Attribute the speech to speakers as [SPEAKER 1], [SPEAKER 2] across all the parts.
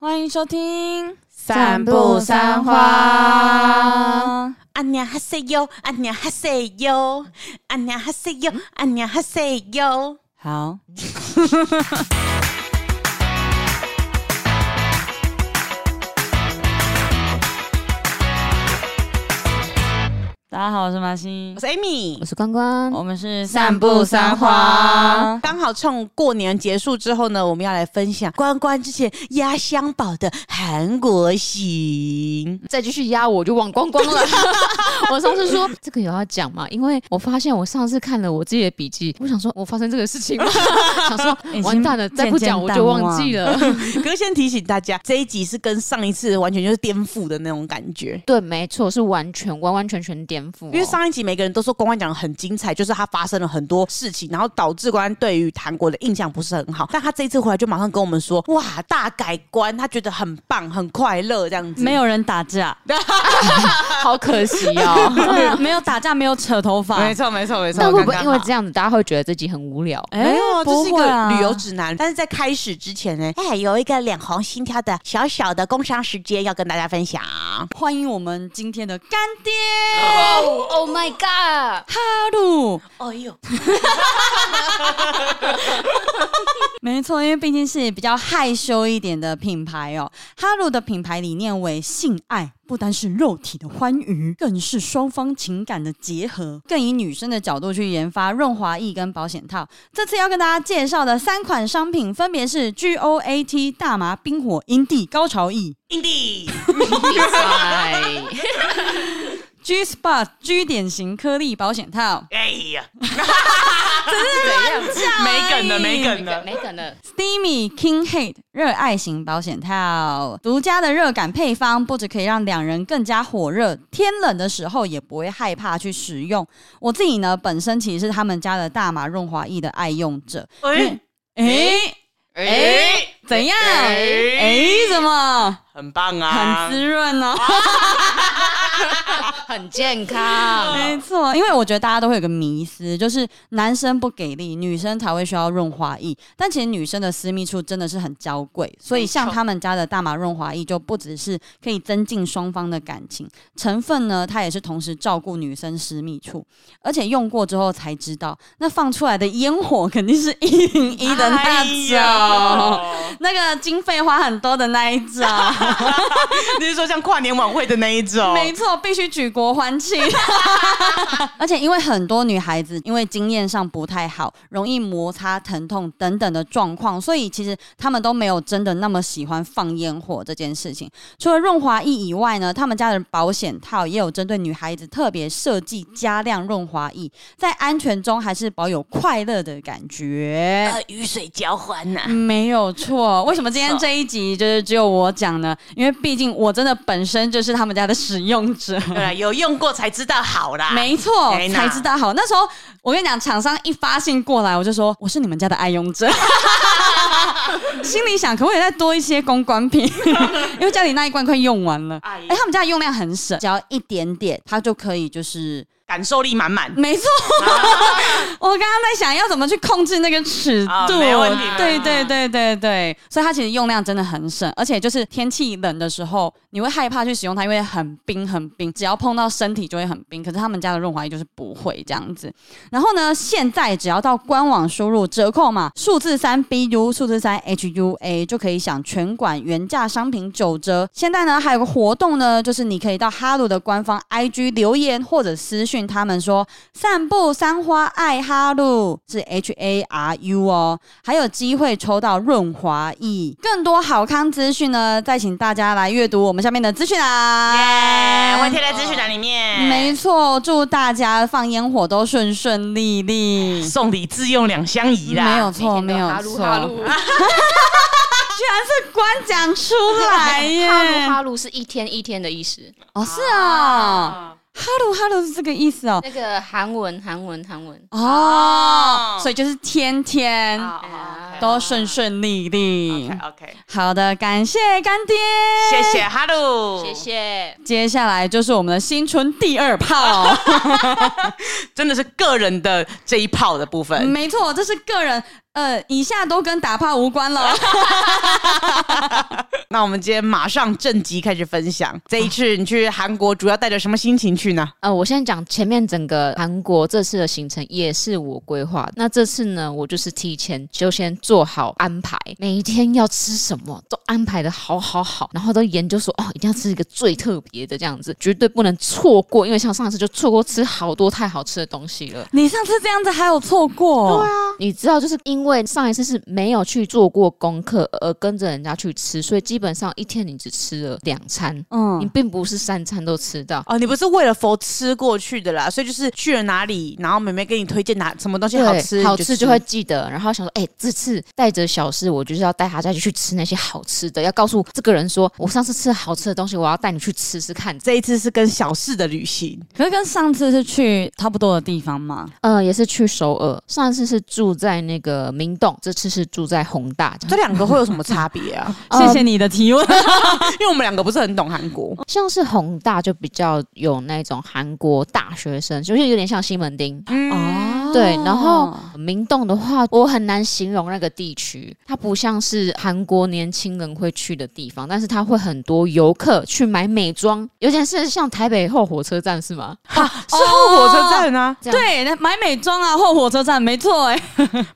[SPEAKER 1] 欢迎收听《
[SPEAKER 2] 散步三花》。
[SPEAKER 1] 阿娘哈塞哟，阿娘哈塞哟，阿娘哈塞哟，阿娘哈塞哟。好， 大家好，我是马西
[SPEAKER 3] 我，是 Amy，
[SPEAKER 2] 我是关关，
[SPEAKER 1] 我们是
[SPEAKER 2] 散步三
[SPEAKER 1] 嗯
[SPEAKER 2] 花。
[SPEAKER 3] 刚好趁过年结束之后呢，我们要来分享关关之前压箱宝的韩国行。
[SPEAKER 2] 再继续压我就忘光光了。 我上次说这个有要讲嘛，因为我发现我上次看了我自己的笔记，我想说我发生这个事情 吗？想说完蛋了，
[SPEAKER 1] 已经
[SPEAKER 2] 再不讲我就忘记 了。
[SPEAKER 1] 嗯
[SPEAKER 3] 可是先提醒大家，这一集是跟上一次完全就是颠覆的那种感觉。
[SPEAKER 2] 对，没错，是完全完完全全颠覆哦、
[SPEAKER 3] 因为上一集每个人都说关关讲得很精彩，就是他发生了很多事情，然后导致关关对于韩国的印象不是很好。但他这一次回来就马上跟我们说，哇，大改观，他觉得很棒，很快乐这样子。
[SPEAKER 1] 没有人打 架，
[SPEAKER 2] 好可惜哦。
[SPEAKER 1] 对啊没有打架，没有扯头发，
[SPEAKER 3] 错，没错，没错
[SPEAKER 2] 那会不会因为这样子，大家会觉得这集很无聊？
[SPEAKER 1] 哎
[SPEAKER 3] 没有，这
[SPEAKER 1] 不
[SPEAKER 3] 是一
[SPEAKER 1] 会啊
[SPEAKER 3] 个旅游指南。但是在开始之前呢，哎，有一个脸红心跳的小小的工商时间要跟大家分享。
[SPEAKER 1] 欢迎我们今天的干爹
[SPEAKER 2] Oh my god！
[SPEAKER 1] 阿鲁。
[SPEAKER 3] 哎呦，
[SPEAKER 1] 没错，因为毕竟是比较害羞一点的品牌哦。哈鲁的品牌理念为性爱，不单是肉体的欢愉，更是双方情感的结合，更以女生的角度去研发润滑液跟保险套。这次要跟大家介绍的三款商品分别是 G O A T 大麻冰火阴蒂高潮液、
[SPEAKER 3] 印地，
[SPEAKER 2] ，oh
[SPEAKER 1] G Spa G 典型颗粒保险套、
[SPEAKER 3] 哎呀，
[SPEAKER 2] 怎样？
[SPEAKER 3] 没梗的，
[SPEAKER 2] 没
[SPEAKER 3] 没梗
[SPEAKER 2] 梗
[SPEAKER 3] 的。
[SPEAKER 2] 没梗了，
[SPEAKER 1] Steamy King Head 热爱型保险套，独家的热感配方，不只可以让两人更加火热，天冷的时候也不会害怕去使用。我自己呢，本身其实是他们家的大麻润滑液的爱用者。嗯
[SPEAKER 3] 喂，
[SPEAKER 1] 诶
[SPEAKER 2] 哎、
[SPEAKER 3] 哎，
[SPEAKER 1] 怎样？
[SPEAKER 3] 诶
[SPEAKER 1] 诶，怎么
[SPEAKER 3] 很棒啊
[SPEAKER 1] 很滋润哦呢、
[SPEAKER 2] 很健康。
[SPEAKER 1] 没错，因为我觉得大家都会有个迷思，就是男生不给力，女生才会需要润滑液。但其实女生的私密处真的是很娇贵，所以像
[SPEAKER 3] 没错
[SPEAKER 1] 他们家的大麻润滑液就不只是可以增进双方的感情，成分呢它也是同时照顾女生私密处，而且用过之后才知道，那放出来的烟火肯定是一零一的那
[SPEAKER 3] 哎
[SPEAKER 1] 种。 那个经费花很多的那一种，
[SPEAKER 3] 你是说像跨年晚会的那一种
[SPEAKER 1] 没错，必须举国欢庆。 而且因为很多女孩子因为经验上不太好，容易摩擦、疼痛等等的状况，所以其实她们都没有真的那么喜欢放烟火这件事情。除了润滑液以外呢，他们家的保险套也有针对女孩子特别设计加量润滑液，在安全中还是保有快乐的感觉。
[SPEAKER 3] 呃，雨水交欢呐。
[SPEAKER 1] 没有错，为什么今天这一集就是只有我讲呢？因为毕竟我真的本身就是他们家的使用者。
[SPEAKER 3] 对啦，有用过才知道好啦。
[SPEAKER 1] 没错，
[SPEAKER 3] 哎那
[SPEAKER 1] 才知道好。那时候我跟你讲，厂商一发信过来，我就说我是你们家的爱用 者，心里想可不可以再多一些公关 品，因为家里那一罐快用完了。
[SPEAKER 3] 哎
[SPEAKER 1] 哎、他们家的用量很省，只要一点点，它就可以就是
[SPEAKER 3] 感受力满满。
[SPEAKER 1] 没错， 我刚刚在想要怎么去控制那个尺
[SPEAKER 3] 啊
[SPEAKER 1] 度，
[SPEAKER 3] 没问题没问题
[SPEAKER 1] 对对对对对，所以它其实用量真的很省，而且就是天气冷的时候，你会害怕去使用它，因为很冰很冰，只要碰到身体就会很冰。可是他们家的润滑液就是不会这样子。然后呢，现在只要到官网输入折扣码数字三 BU 数字三 HUA 就可以享全馆原价商品九折。现在呢还有个活动呢，就是你可以到哈鲁的官方 IG 留言或者私讯他们说“散步三花爱哈鲁”是 H A R U 哦，还有机会抽到润滑液。更多好康资讯呢，再请大家来阅读我们下面的资讯
[SPEAKER 3] 耶，
[SPEAKER 1] 啦。
[SPEAKER 3] 我会贴在资讯栏里面。
[SPEAKER 1] 没错，祝大家放烟火都顺顺利利。
[SPEAKER 3] 送礼自用两相宜啦。
[SPEAKER 1] 没有错，没有错，
[SPEAKER 2] 哈 鲁哈鲁
[SPEAKER 1] 官讲出 来 耶！
[SPEAKER 2] 哈鲁哈鲁是一天一天的意思。
[SPEAKER 1] 哦，是啊，哈鲁哈鲁是这个意思哦。
[SPEAKER 2] 那个韩文，韩文，韩文。
[SPEAKER 1] 哦，所以就是天天
[SPEAKER 2] 啊
[SPEAKER 1] 都顺顺利利。
[SPEAKER 3] OK，
[SPEAKER 1] 好的，感谢干爹，
[SPEAKER 3] 谢。谢哈鲁，
[SPEAKER 2] 谢，谢。
[SPEAKER 1] 接下来就是我们的新春第二炮，
[SPEAKER 3] 真的是个人的这一炮的部分。
[SPEAKER 1] 没错，这是个人呃，以下都跟打炮无关了。
[SPEAKER 3] 那我们今天马上正集开始分享。这一次你去韩国主要带着什么心情去呢？
[SPEAKER 2] 呃，我先讲前面整个韩国这次的行程也是我规划的。那这次呢，我就是提前就先做好安排，每一天要吃什么都安排的好好好，然后都研究说哦，一定要吃一个最特别的这样子，绝对不能错过，因为像上次就错过吃好多太好吃的东西了。
[SPEAKER 1] 你上次这样子还有错过？对啊，
[SPEAKER 2] 你知道，就是因为上一次是没有去做过功课，而跟着人家去吃，所以基本上一天你只吃了两餐，你
[SPEAKER 1] 嗯，
[SPEAKER 2] 并不是三餐都吃到。
[SPEAKER 3] 哦，你不是为了佛吃过去的啦，所以就是去了哪里，然后妹妹给你推荐哪什么东西好
[SPEAKER 2] 对
[SPEAKER 3] 吃，
[SPEAKER 2] 好
[SPEAKER 3] 你
[SPEAKER 2] 吃就会记得。然后想说，哎、这次带着小诗，我就是要带他再去吃那些好吃的，要告诉这个人说，我上次吃了好吃的东西，我要带你去吃吃看。
[SPEAKER 3] 这一次是跟小事的旅行，
[SPEAKER 1] 可是跟上次是去差不多的地方嘛，
[SPEAKER 2] 嗯、也是去首尔，上次是住在那个明洞，这次是住在宏大。
[SPEAKER 3] 这两个会有什么差别啊？
[SPEAKER 2] 嗯
[SPEAKER 1] 谢谢你的提问。
[SPEAKER 3] 因为我们两个不是很懂韩 国，
[SPEAKER 2] 呃像是宏大就比较有那种韩国大学生，就是有点像西门町。
[SPEAKER 1] 哦
[SPEAKER 2] 对，然后明洞的话，我很难形容那个地区，它不像是韩国年轻人会去的地方，但是它会很多游客去买美妆，有点是像台北后火车站是吗？
[SPEAKER 3] 是后火车站啊，
[SPEAKER 2] 这样
[SPEAKER 1] 对，那买美妆啊，或火车站，没错哎、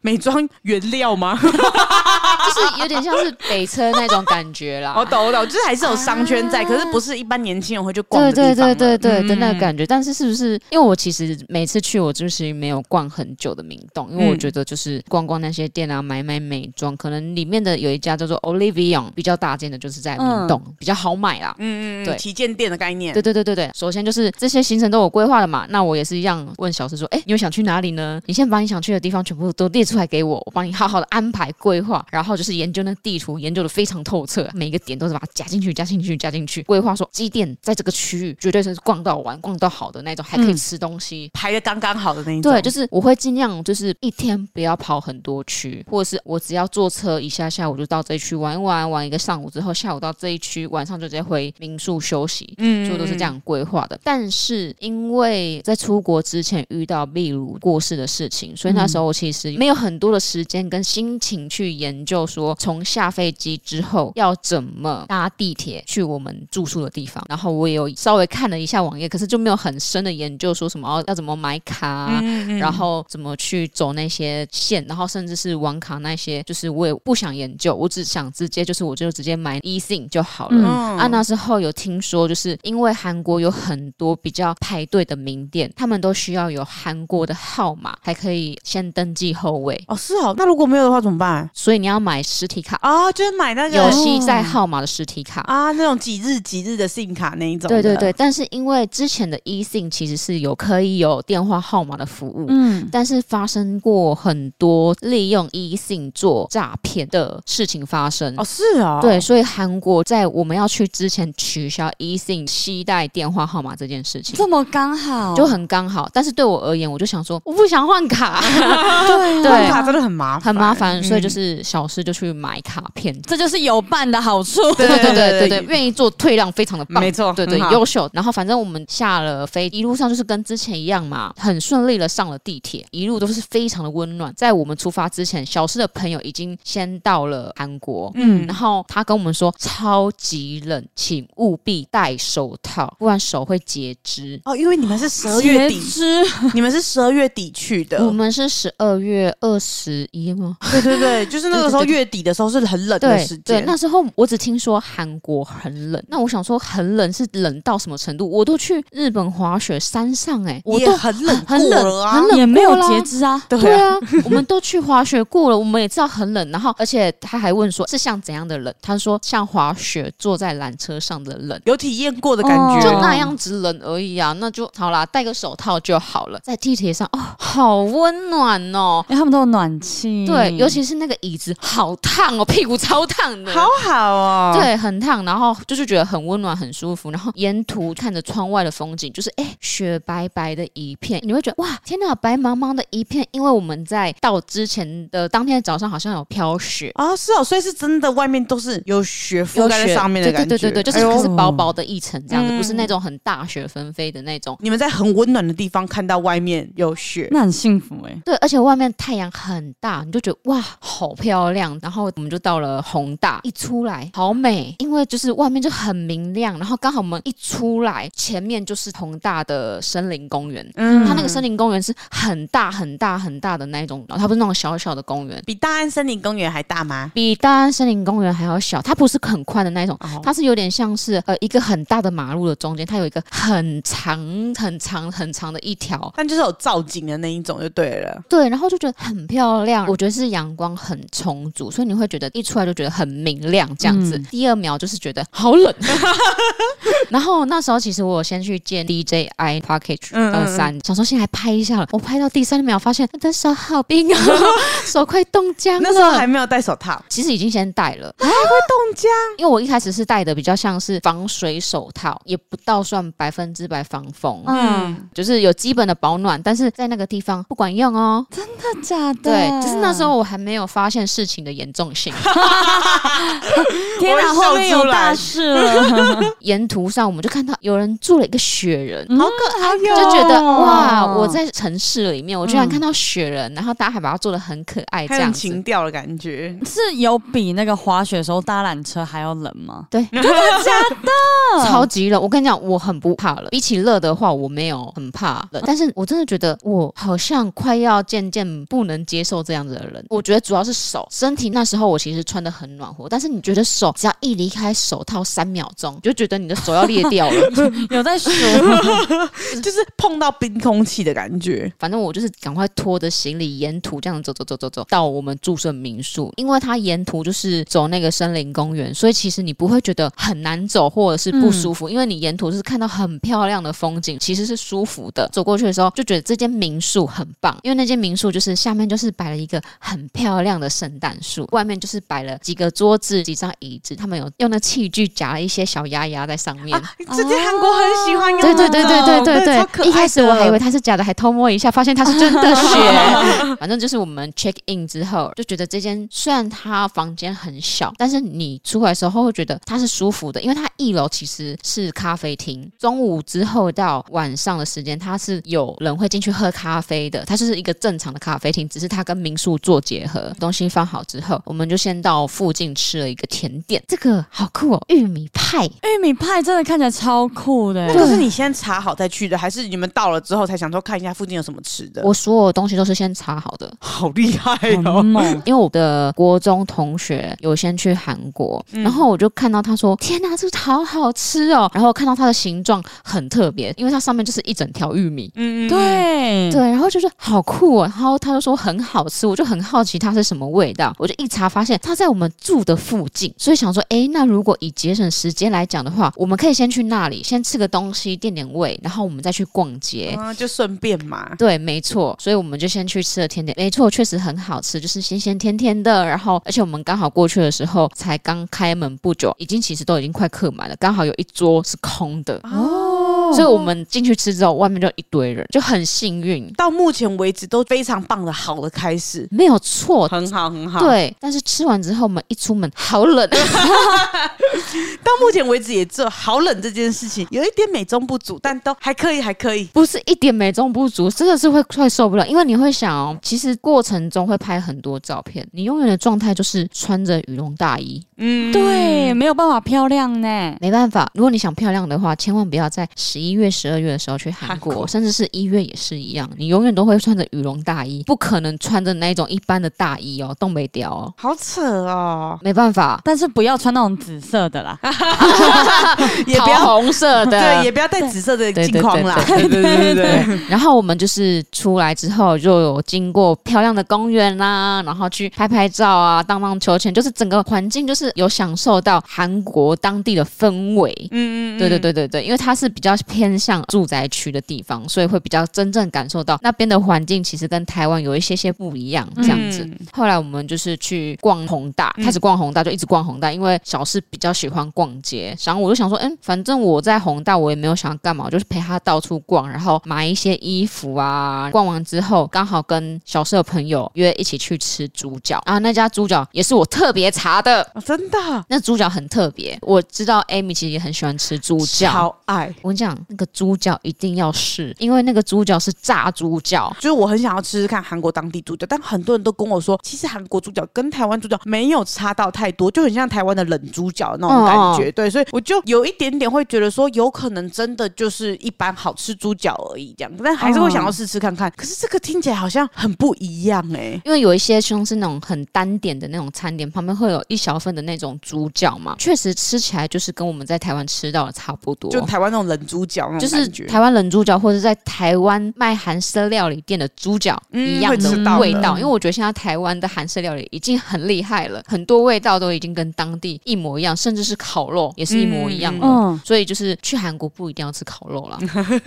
[SPEAKER 3] 美妆原料 吗？
[SPEAKER 2] 就是有点像是北车那种感觉啦。
[SPEAKER 3] 我哦懂，我懂，就是还是有商圈在，可是不是一般年轻人会去逛
[SPEAKER 2] 对
[SPEAKER 3] 的地
[SPEAKER 2] 对对
[SPEAKER 3] 方
[SPEAKER 2] 对
[SPEAKER 3] 了
[SPEAKER 2] 对的那
[SPEAKER 3] 嗯
[SPEAKER 2] 个感觉，但是是不是因为我其实每次去我就是没有逛很久的明洞，因为我
[SPEAKER 3] 嗯
[SPEAKER 2] 觉得就是逛逛那些店啊，买买美妆，可能里面的有一家叫做 Olivion 比较大间的，就是在明洞、比较好买啦。
[SPEAKER 3] 嗯嗯，
[SPEAKER 2] 对
[SPEAKER 3] 嗯，旗舰店的概念
[SPEAKER 2] 对。对对对对，首先就是这些行程都有规划了嘛，那我也是一样问小四说，哎，你有想去哪里呢？你先把你想去的地方全部都列出来给我，我帮你好好的安排规划，然后就是研究那地图，研究的非常透彻，每一个点都是把它加进去、加进去、加进去，规划说几点在这个区域绝对是逛到完、逛到好的那种，还可以
[SPEAKER 1] 嗯
[SPEAKER 2] 吃东西，
[SPEAKER 3] 排的刚刚好的那一种，
[SPEAKER 2] 对，就是我会尽量就是一天不要跑很多区，或者是我只要坐车一下下我就到这一区玩一玩，玩一个上午之后，下午到这一区，晚上就直接回民宿休息。嗯，就都是这样规划的。但是因为在出国之前遇到例如过世的事情，所以那时候我其实没有很多的时间跟心情去研究说从下飞机之后要怎么搭地铁去我们住宿的地方。然后我也有稍微看了一下网页，可是就没有很深的研究说什么要要怎么买卡、啊，然后怎么去走那些线，然后甚至是网卡那些，就是我也不想研究，我只想直接就是我就直接买 e s i n 就好了。
[SPEAKER 1] 嗯
[SPEAKER 2] 啊，那时候有听说，就是因为韩国有很多比较排队的名店，他们都需要有韩国的号码，才可以先登记后位，
[SPEAKER 3] 哦是哦，那如果没有的话怎么办？
[SPEAKER 2] 所以你要买实体卡，
[SPEAKER 3] 啊，就是买那
[SPEAKER 2] 有
[SPEAKER 3] 个
[SPEAKER 2] 西在号码的实体卡。
[SPEAKER 3] 啊，那种几日几日的 SIM 卡那一种，
[SPEAKER 2] 对对对，，但是因为之前的 e s i n 其实是有可以有电话号码的服务，
[SPEAKER 1] 嗯，
[SPEAKER 2] 但是发生过很多利用 e s i n 做诈骗的事情发生。
[SPEAKER 3] 哦是哦，
[SPEAKER 2] 对，所以韩国在我们要去之前取消 e s i n 携带电话号码这件事情。
[SPEAKER 1] 这么刚好，
[SPEAKER 2] 就很刚好，但是对我而言，我就想说，我不想换卡，
[SPEAKER 1] 对啊
[SPEAKER 2] 对
[SPEAKER 3] 办卡真的很麻烦，
[SPEAKER 2] 很麻烦，所以就
[SPEAKER 3] 嗯
[SPEAKER 2] 是小事就去买卡片。
[SPEAKER 1] 这就是有伴的好处。
[SPEAKER 2] 对对对对
[SPEAKER 3] 对
[SPEAKER 2] 对，愿意做退让非常的棒
[SPEAKER 3] 没，错，
[SPEAKER 2] 对对
[SPEAKER 3] 很好，
[SPEAKER 2] 优秀。然后反正我们下了飞，一路上就是跟之前一样嘛，很顺利的上了地铁，一路都是非常的温暖。在我们出发之前，小诗的朋友已经先到了韩国。
[SPEAKER 3] 嗯
[SPEAKER 2] 然，后他跟我们说，超级冷，请务必戴手套，不然手会截肢。
[SPEAKER 3] 哦，因为你们是十二月
[SPEAKER 1] 截
[SPEAKER 3] 底，
[SPEAKER 1] 肢，
[SPEAKER 3] 你们是十二月底去的，
[SPEAKER 2] 我们是十二月二十一吗？
[SPEAKER 3] 对 对对，就是那个时候月底的时候呃是很冷的
[SPEAKER 2] 对
[SPEAKER 3] 时间，
[SPEAKER 2] 对，那时候我只听说韩国很冷，那我想说很冷是冷到什么程度？我都去日本滑雪山上、欸，我
[SPEAKER 3] 也
[SPEAKER 2] 都
[SPEAKER 3] 很冷过
[SPEAKER 2] 很冷
[SPEAKER 3] 了啊，
[SPEAKER 2] 很冷
[SPEAKER 1] 也没有
[SPEAKER 2] 过啦
[SPEAKER 1] 截肢啊。
[SPEAKER 2] 对
[SPEAKER 3] 对啊，
[SPEAKER 2] 啊，我们都去滑雪过了，我们也知道很冷。然后，而且他还问说是像怎样的冷？他说像滑雪坐在缆车上的冷。
[SPEAKER 3] 有体验过的感
[SPEAKER 1] 哦
[SPEAKER 2] 就
[SPEAKER 3] 觉，
[SPEAKER 2] 那样子冷而已啊，那就好啦，戴个手套就好 了。在地铁上，哦，好温暖哦。
[SPEAKER 1] 因为他们都有暖气，
[SPEAKER 2] 对，尤其是那个椅子好烫哦，屁股超烫的，
[SPEAKER 3] 嗯好好哦。，
[SPEAKER 2] 对，很烫，然后就是觉得很温暖、很舒服。然后沿途看着窗外的风景，就是哎、雪白白的一片，你会觉得哇，天哪，白茫茫的一片。因为我们在到之前的当天的早上好像有飘雪，
[SPEAKER 3] 啊，是哦，所以是真的，外面都是有雪覆盖在
[SPEAKER 2] 雪
[SPEAKER 3] 上面的感觉，
[SPEAKER 2] 对对对对，就是
[SPEAKER 3] 哎呦
[SPEAKER 2] 它是薄薄的一层这样子，不是
[SPEAKER 3] 嗯
[SPEAKER 2] 那种很大雪纷飞的那种。
[SPEAKER 3] 你们在很温暖的地方看到外面有雪，
[SPEAKER 1] 那很幸福哎、
[SPEAKER 2] 对，而且外面太阳很大，你就觉得哇，好漂亮。然后我们就到了宏大，一出来好美，因为就是外面就很明亮，然后刚好我们一出来，前面就是宏大的森林公园。
[SPEAKER 3] 嗯
[SPEAKER 2] 它那个森林公园是很大很大很大的那一种，然后它不是那种小小的公园，
[SPEAKER 3] 比大安森林公园还大吗？
[SPEAKER 2] 比大安森林公园还要小。它不是很宽的那一种，
[SPEAKER 3] 哦，
[SPEAKER 2] 它是有点像是呃一个很大的马路的中间，它有一个很长很长很长的一条，
[SPEAKER 3] 但就是有造景的那一种就对了。
[SPEAKER 2] 对，然后就觉得很漂亮，我觉得是阳光很充足，所以你会觉得一出来就觉得很明亮这样子。
[SPEAKER 1] 嗯
[SPEAKER 2] 第二秒就是觉得好冷， 然后那时候其实我有先去见 DJI Package
[SPEAKER 3] 嗯嗯
[SPEAKER 2] 二三、想说先来拍一下了。我拍到第三秒发现我的手好冰哦， 手快冻僵
[SPEAKER 3] 那时候
[SPEAKER 2] 了
[SPEAKER 3] 还。没有戴手套，
[SPEAKER 2] 其实已经先戴了，
[SPEAKER 3] 冻僵
[SPEAKER 2] 因为我一开始是戴的比较像是防水手套，也不到算百分之百防风，
[SPEAKER 1] 嗯，
[SPEAKER 2] 就是有基本的保暖，但是在那个地方不管用哦。
[SPEAKER 1] 真的假的？
[SPEAKER 2] 对，就是那时候我还没有发现事情的严重性。
[SPEAKER 1] 天哪，
[SPEAKER 3] 我会笑
[SPEAKER 1] 后面有大事 了，
[SPEAKER 2] 沿途上我们就看到有人做了一个雪人。
[SPEAKER 1] 嗯
[SPEAKER 3] 好可爱哟、
[SPEAKER 2] 哦就觉得哇，
[SPEAKER 1] 哦
[SPEAKER 2] 我在城市里面，我居然
[SPEAKER 1] 嗯
[SPEAKER 2] 看到雪人，然后大家还把它做的很可爱，这
[SPEAKER 3] 还有
[SPEAKER 2] 样
[SPEAKER 3] 情
[SPEAKER 2] 子。
[SPEAKER 3] 调的感觉。
[SPEAKER 1] 是有比那个滑雪的时候搭缆车还要冷吗？
[SPEAKER 2] 对， 真的
[SPEAKER 3] 嗯
[SPEAKER 2] 假的？超级冷！我跟你讲，我很不怕冷。比起热的话，我没有很怕冷，但是我真的觉得我好像快要渐渐不能接受这样子的人。我觉得主要是手、身体。那时候我其实穿的很暖和，但是你觉得手只要一离开手套三秒钟，你就觉得你的手要裂掉了。
[SPEAKER 1] 有在 数，
[SPEAKER 3] 就是碰到冰空气的感觉，
[SPEAKER 2] 反正我就是赶快拖着行李，沿途这样走走走走走到我们住宿民宿，因为它沿途就是走那个森林公园，所以其实你不会觉得很难走或者是不舒服，因为你沿途就是看到很漂亮的风景，其实是舒服的。走过去的时候就觉得这间民宿很棒，因为那间民宿就是下面就是摆了一个很漂亮的圣诞树，外面就是摆了几个桌子、几张椅子，他们有用那器具夹了一些小鸭鸭在上面。
[SPEAKER 3] 这件韩国很喜欢用
[SPEAKER 2] 对
[SPEAKER 3] 的，
[SPEAKER 2] 对对对对对
[SPEAKER 3] 超可
[SPEAKER 2] 对，
[SPEAKER 3] 爱的
[SPEAKER 2] 一开始我还以为它是假的，还偷摸一下，发现它是真 的雪。 反正就是我们 check in 之后，就觉得这间虽然它房间很小，但是你出来的时候会觉得它是舒服的，因为它一楼其实是咖啡厅，中午之后到晚上的时间，它是有人会进去喝咖啡的，它就是一个正常的咖啡厅，只是它跟民宿做结合。东西放好之后，我们就先到附近吃了一个甜点，这个好酷哦，玉米派。
[SPEAKER 1] 玉哎米派真的看起来超酷的、
[SPEAKER 3] 那
[SPEAKER 1] 欸。
[SPEAKER 3] 个是你先查好再去的，还是你们到了之后才想说看一下附近有什么吃的？
[SPEAKER 2] 我所有东西都是先查好的，
[SPEAKER 3] 好厉害
[SPEAKER 1] 好
[SPEAKER 3] 哦！
[SPEAKER 1] 猛！
[SPEAKER 2] 因为我的国中同学有先去韩国，然后我就看到他说：“天哪、这个好好吃哦！”然后我看到它的形状很特别，因为它上面就是一整条玉米。
[SPEAKER 3] 嗯嗯，
[SPEAKER 1] 对
[SPEAKER 2] 对，然后就是好酷哦，然后他就说很好吃，我就很好奇它是什么味道，我就一查发现它在我们住的附近，所以想说，诶，那如果以节省时间来讲的话，我们可以先去那里先吃个东西垫点胃，然后我们再去逛街。
[SPEAKER 3] 啊，就顺便嘛。
[SPEAKER 2] 对，没错，所以我们就先去吃了甜点，没错，确实很好吃，就是鲜鲜甜甜的。然后，而且我们刚好过去的时候才刚开门不久，已经其实都已经快客满了，刚好有一桌是空的，
[SPEAKER 3] 哦，
[SPEAKER 2] 所以我们进去吃之后，外面就一堆人，就很幸运，
[SPEAKER 3] 到目前为止都非常棒的好的开始，
[SPEAKER 2] 没有错。
[SPEAKER 3] 很好很好。，
[SPEAKER 2] 对，但是吃完之后，我们一出门好冷，啊
[SPEAKER 3] 到目前为止也只有好冷这件事情有一点美中不足，但都还可以，还可以。
[SPEAKER 2] 不是一点美中不足，真的是会快受不了。因为你会想哦，其实过程中会拍很多照片，你永远的状态就是穿着羽绒大衣，
[SPEAKER 3] 嗯，
[SPEAKER 1] 对，没有办法漂亮呢、
[SPEAKER 2] 没办法，如果你想漂亮的话，千万不要在十一月、十二月的时候去韩国，
[SPEAKER 3] 韩国
[SPEAKER 2] 甚至是一月也是一样，你永远都会穿着羽绒大衣，不可能穿着那种一般的大衣哦，东北调哦。
[SPEAKER 3] 好扯哦。
[SPEAKER 2] 没办法，
[SPEAKER 1] 但是不要穿那种紫色的啦，
[SPEAKER 3] 也不
[SPEAKER 2] 桃
[SPEAKER 3] 要
[SPEAKER 2] 红色的，
[SPEAKER 3] 对，也不要带紫色的
[SPEAKER 2] 对
[SPEAKER 3] 镜框啦。嗯
[SPEAKER 2] 对对对对 对。然后我们就是出来之后，就有经过漂亮的公园啦、然后去拍拍照啊，荡荡秋千，就是整个环境就是有享受到韩国当地的氛围。
[SPEAKER 3] 嗯
[SPEAKER 2] 对对对对对，因为它是比较偏向住宅区的地方，所以会比较真正感受到那边的环境其实跟台湾有一些些不一样这样子。
[SPEAKER 3] 嗯
[SPEAKER 2] 后来我们就是去逛宏大，
[SPEAKER 3] 嗯
[SPEAKER 2] 开始逛宏大就一直逛宏大，因为小四比较喜欢逛街，然后我就想说，嗯，反正我在宏大我也没有想要干嘛，我就是陪他到处逛，然后买一些衣服啊。逛完之后，刚好跟小四的朋友约一起去吃猪脚
[SPEAKER 3] 嗯
[SPEAKER 2] 啊，那家猪脚也是我特别查的。
[SPEAKER 3] 哦真的
[SPEAKER 2] 那猪脚很特别，我知道 Amy 其实也很喜欢吃猪脚。
[SPEAKER 3] 超爱。
[SPEAKER 2] 我跟你讲，那个猪脚一定要试，因为那个猪脚是炸猪脚，
[SPEAKER 3] 就是我很想要吃吃看韩国当地猪脚，但很多人都跟我说，其实韩国猪脚跟台湾猪脚没有差到太多，就很像台湾的冷猪脚那种感
[SPEAKER 2] 嗯
[SPEAKER 3] 觉。对，所以我就有一点点会觉得说，有可能真的就是一般好吃猪脚而已这样，但还是会想
[SPEAKER 2] 嗯
[SPEAKER 3] 要试吃看看。可是这个听起来好像很不一样哎、
[SPEAKER 2] 因为有一些像是那种很单点的那种餐点，旁边会有一小份的那种猪脚嘛，确实吃起来就是跟我们在台湾吃到的差不多。
[SPEAKER 3] 就台湾那种冷猪脚那
[SPEAKER 2] 就
[SPEAKER 3] 种
[SPEAKER 2] 是
[SPEAKER 3] 感觉。
[SPEAKER 2] 台湾冷猪脚，或者在台湾卖韩式料理店的猪脚、
[SPEAKER 3] 嗯
[SPEAKER 2] 一样
[SPEAKER 3] 会吃到
[SPEAKER 2] 的
[SPEAKER 3] 的
[SPEAKER 2] 味道，因为我觉得现在台湾的韩式料理已经很厉害了，很多味道都已经跟当地一模一样，甚至是烤肉也是一模一样的。
[SPEAKER 1] 嗯，
[SPEAKER 2] 所以就是去韩国不一定要吃烤肉 啦，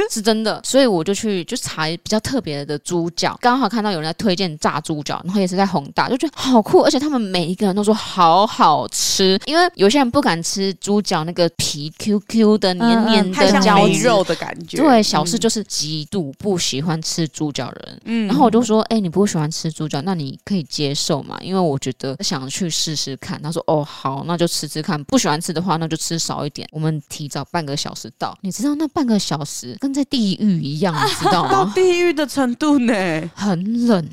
[SPEAKER 2] 是真的。所以我就去就查比较特别的猪脚，刚好看到有人在推荐炸猪脚，然后也是在宏大，就觉得好酷，而且他们每一个人都说好好吃，因为有些人不敢吃猪脚那个皮 QQ 的黏黏
[SPEAKER 3] 嗯太
[SPEAKER 2] 的
[SPEAKER 3] 像
[SPEAKER 2] 胶
[SPEAKER 3] 肥
[SPEAKER 2] 质。
[SPEAKER 3] 肉的感觉，
[SPEAKER 2] 对，小四
[SPEAKER 3] 嗯
[SPEAKER 2] 就是极度不喜欢吃猪脚的人，
[SPEAKER 3] 嗯
[SPEAKER 2] 然后我就说，哎、你不喜欢吃猪脚，那你可以接受嘛？因为我觉得想去试试看。他说，哦，好，那就吃吃看。不喜欢吃的话，那就吃少一点。我们提早半个小时到，你知道那半个小时跟在地狱一样，你知道
[SPEAKER 3] 嗯到
[SPEAKER 2] 吗？
[SPEAKER 3] 地狱的程度呢，
[SPEAKER 2] 嗯很冷，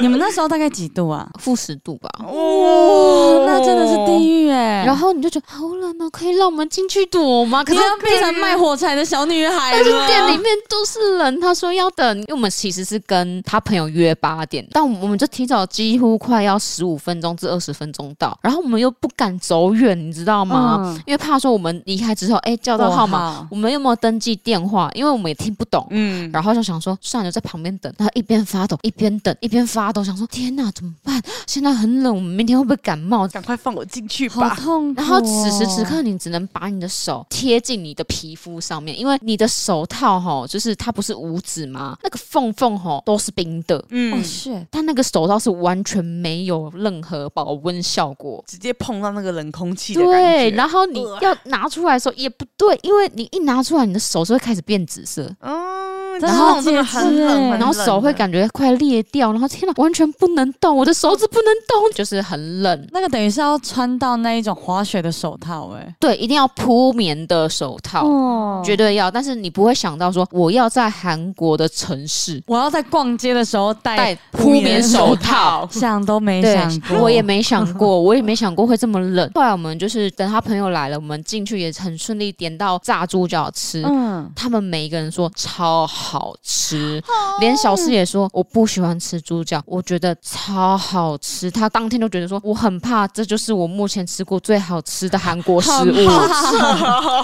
[SPEAKER 1] 你们那时候大概几度啊？
[SPEAKER 2] 负十度吧。
[SPEAKER 3] 哦
[SPEAKER 1] 哦，那真的是地狱哎、
[SPEAKER 2] 然后你就觉得好冷哦，可以让我们进去躲吗？可
[SPEAKER 1] 你
[SPEAKER 2] 是
[SPEAKER 1] 要变成卖火柴的小女孩
[SPEAKER 2] 但是
[SPEAKER 1] 了。
[SPEAKER 2] 店里面都是人，他说要等，因为我们其实是跟他朋友约八点，但我们就提早几乎快要十五分钟至二十分钟到，然后我们又不敢走远，你知道吗？
[SPEAKER 1] 嗯
[SPEAKER 2] 因为怕说我们离开之后，哎、叫到号码，我们有没有登记电话？因为我们也听不懂。
[SPEAKER 3] 嗯，
[SPEAKER 2] 然后就想说，算了，在旁边等。然后一边发抖，一边等，一边发抖，想说天哪，怎么办？现在很冷，我们明天会不会感冒？
[SPEAKER 3] 赶快放我进去
[SPEAKER 1] 好
[SPEAKER 3] 吧。
[SPEAKER 1] 痛苦哦、
[SPEAKER 2] 然后此时此刻，你只能把你的手贴近你的皮肤上面，因为你的手套吼，就是它不是五指吗？那个缝缝吼都是冰的，
[SPEAKER 1] 哦
[SPEAKER 3] 嗯，
[SPEAKER 1] 是
[SPEAKER 2] 但那个手套是完全没有任何保温效果。
[SPEAKER 3] 直接碰到那个冷空气的感
[SPEAKER 2] 对，
[SPEAKER 3] 觉呃
[SPEAKER 2] 然后你要拿出来的时候也不对，因为你一拿出来，你的手是会开始变紫色，
[SPEAKER 3] 嗯，
[SPEAKER 1] 真
[SPEAKER 3] 然
[SPEAKER 1] 的好
[SPEAKER 3] 后真
[SPEAKER 1] 解
[SPEAKER 3] 的很
[SPEAKER 1] 释
[SPEAKER 3] 冷
[SPEAKER 1] 欸，
[SPEAKER 3] 很
[SPEAKER 2] 然后
[SPEAKER 3] 冷啊
[SPEAKER 2] 手会
[SPEAKER 3] 很
[SPEAKER 2] 感觉快裂掉，然后天哪，完全不能动，我的手指不能动，就是很冷。
[SPEAKER 1] 那个等于是要穿到那一种滑雪的手套哎、
[SPEAKER 2] 对，一定要铺棉的手套。
[SPEAKER 1] 哦
[SPEAKER 2] 绝对要，但是你不会想到说我要在韩国的城市
[SPEAKER 1] 我要在逛街的时候戴，
[SPEAKER 2] 戴铺棉手套。
[SPEAKER 3] 套，
[SPEAKER 1] 想都没
[SPEAKER 2] 对
[SPEAKER 1] 想，过，
[SPEAKER 2] 我也没想 过，我也没想过会这么冷。后来我们就是等他朋友来了，我们进去也很顺利，点到炸猪脚吃。
[SPEAKER 1] 嗯，
[SPEAKER 2] 他们每一个人说超好吃，连小四也说我不喜欢吃猪脚，我觉得超好吃。他当天就觉得说我很怕，这就是我目前吃过最好吃的韩国食
[SPEAKER 1] 好
[SPEAKER 2] 物。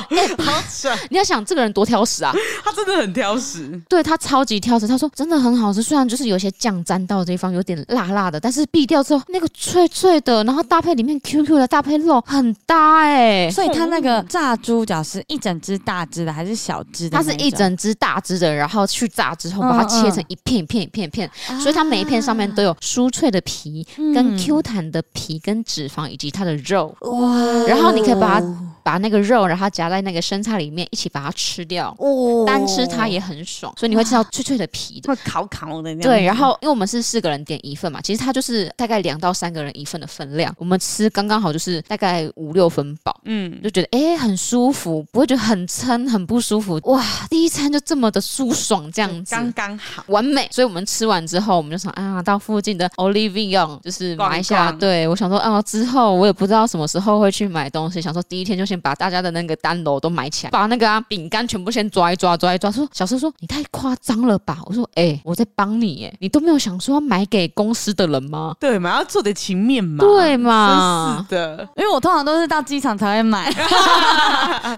[SPEAKER 3] 好扯，
[SPEAKER 2] 哎你要想这个人多挑食啊！
[SPEAKER 3] 他真的很挑食。
[SPEAKER 2] 对他超级挑食，他说真的很好吃，虽然就是有一些酱沾到的地方有点辣辣的，但是避掉之后那个脆脆的，然后搭配里面 QQ 的搭配肉很搭哎、
[SPEAKER 1] 所以它那个炸猪脚是一整只大只的还是小只的
[SPEAKER 2] 它
[SPEAKER 1] 那
[SPEAKER 2] 是
[SPEAKER 1] 种？
[SPEAKER 2] 一整只大只的，然后去炸之后
[SPEAKER 1] 嗯
[SPEAKER 2] 把它切成一片一片一片一片，
[SPEAKER 1] 啊，
[SPEAKER 2] 所以它每一片上面都有酥脆的皮、跟
[SPEAKER 1] 嗯
[SPEAKER 2] Q 弹的皮跟脂肪以及它的肉，
[SPEAKER 3] 哇，
[SPEAKER 2] 然后你可以把它把那个肉，然后夹在那个生菜里面一起把它吃掉，
[SPEAKER 3] 哦
[SPEAKER 2] 单吃它也很爽，所以你会吃到脆脆的皮的。
[SPEAKER 3] 会烤烤的那样。
[SPEAKER 2] 对，然后因为我们是四个人点一份嘛，其实它就是大概两到三个人一份的分量，我们吃刚刚好就是大概五六分饱，
[SPEAKER 3] 嗯，
[SPEAKER 2] 就觉得诶很舒服，不会觉得很撑很不舒服。哇，第一餐就这么的舒爽，这样子。
[SPEAKER 3] 刚刚好。
[SPEAKER 2] 完美，所以我们吃完之后，我们就想啊，到附近的 Olivion 就是
[SPEAKER 3] 逛
[SPEAKER 2] 买一下。
[SPEAKER 3] 逛
[SPEAKER 2] 对我想说啊，之后我也不知道什么时候会去买东西，想说第一天就先先把大家的那个单楼都埋起来，把那个啊饼干全部先抓一抓，抓一抓。说小生说你太夸张了吧？我说哎、我在帮你耶，你都没有想说要买给公司的人吗？
[SPEAKER 3] 对嘛，要做点情面嘛，
[SPEAKER 2] 对
[SPEAKER 3] 真
[SPEAKER 2] 嘛
[SPEAKER 3] 是，的，
[SPEAKER 1] 因为我通常都是到机场才会买，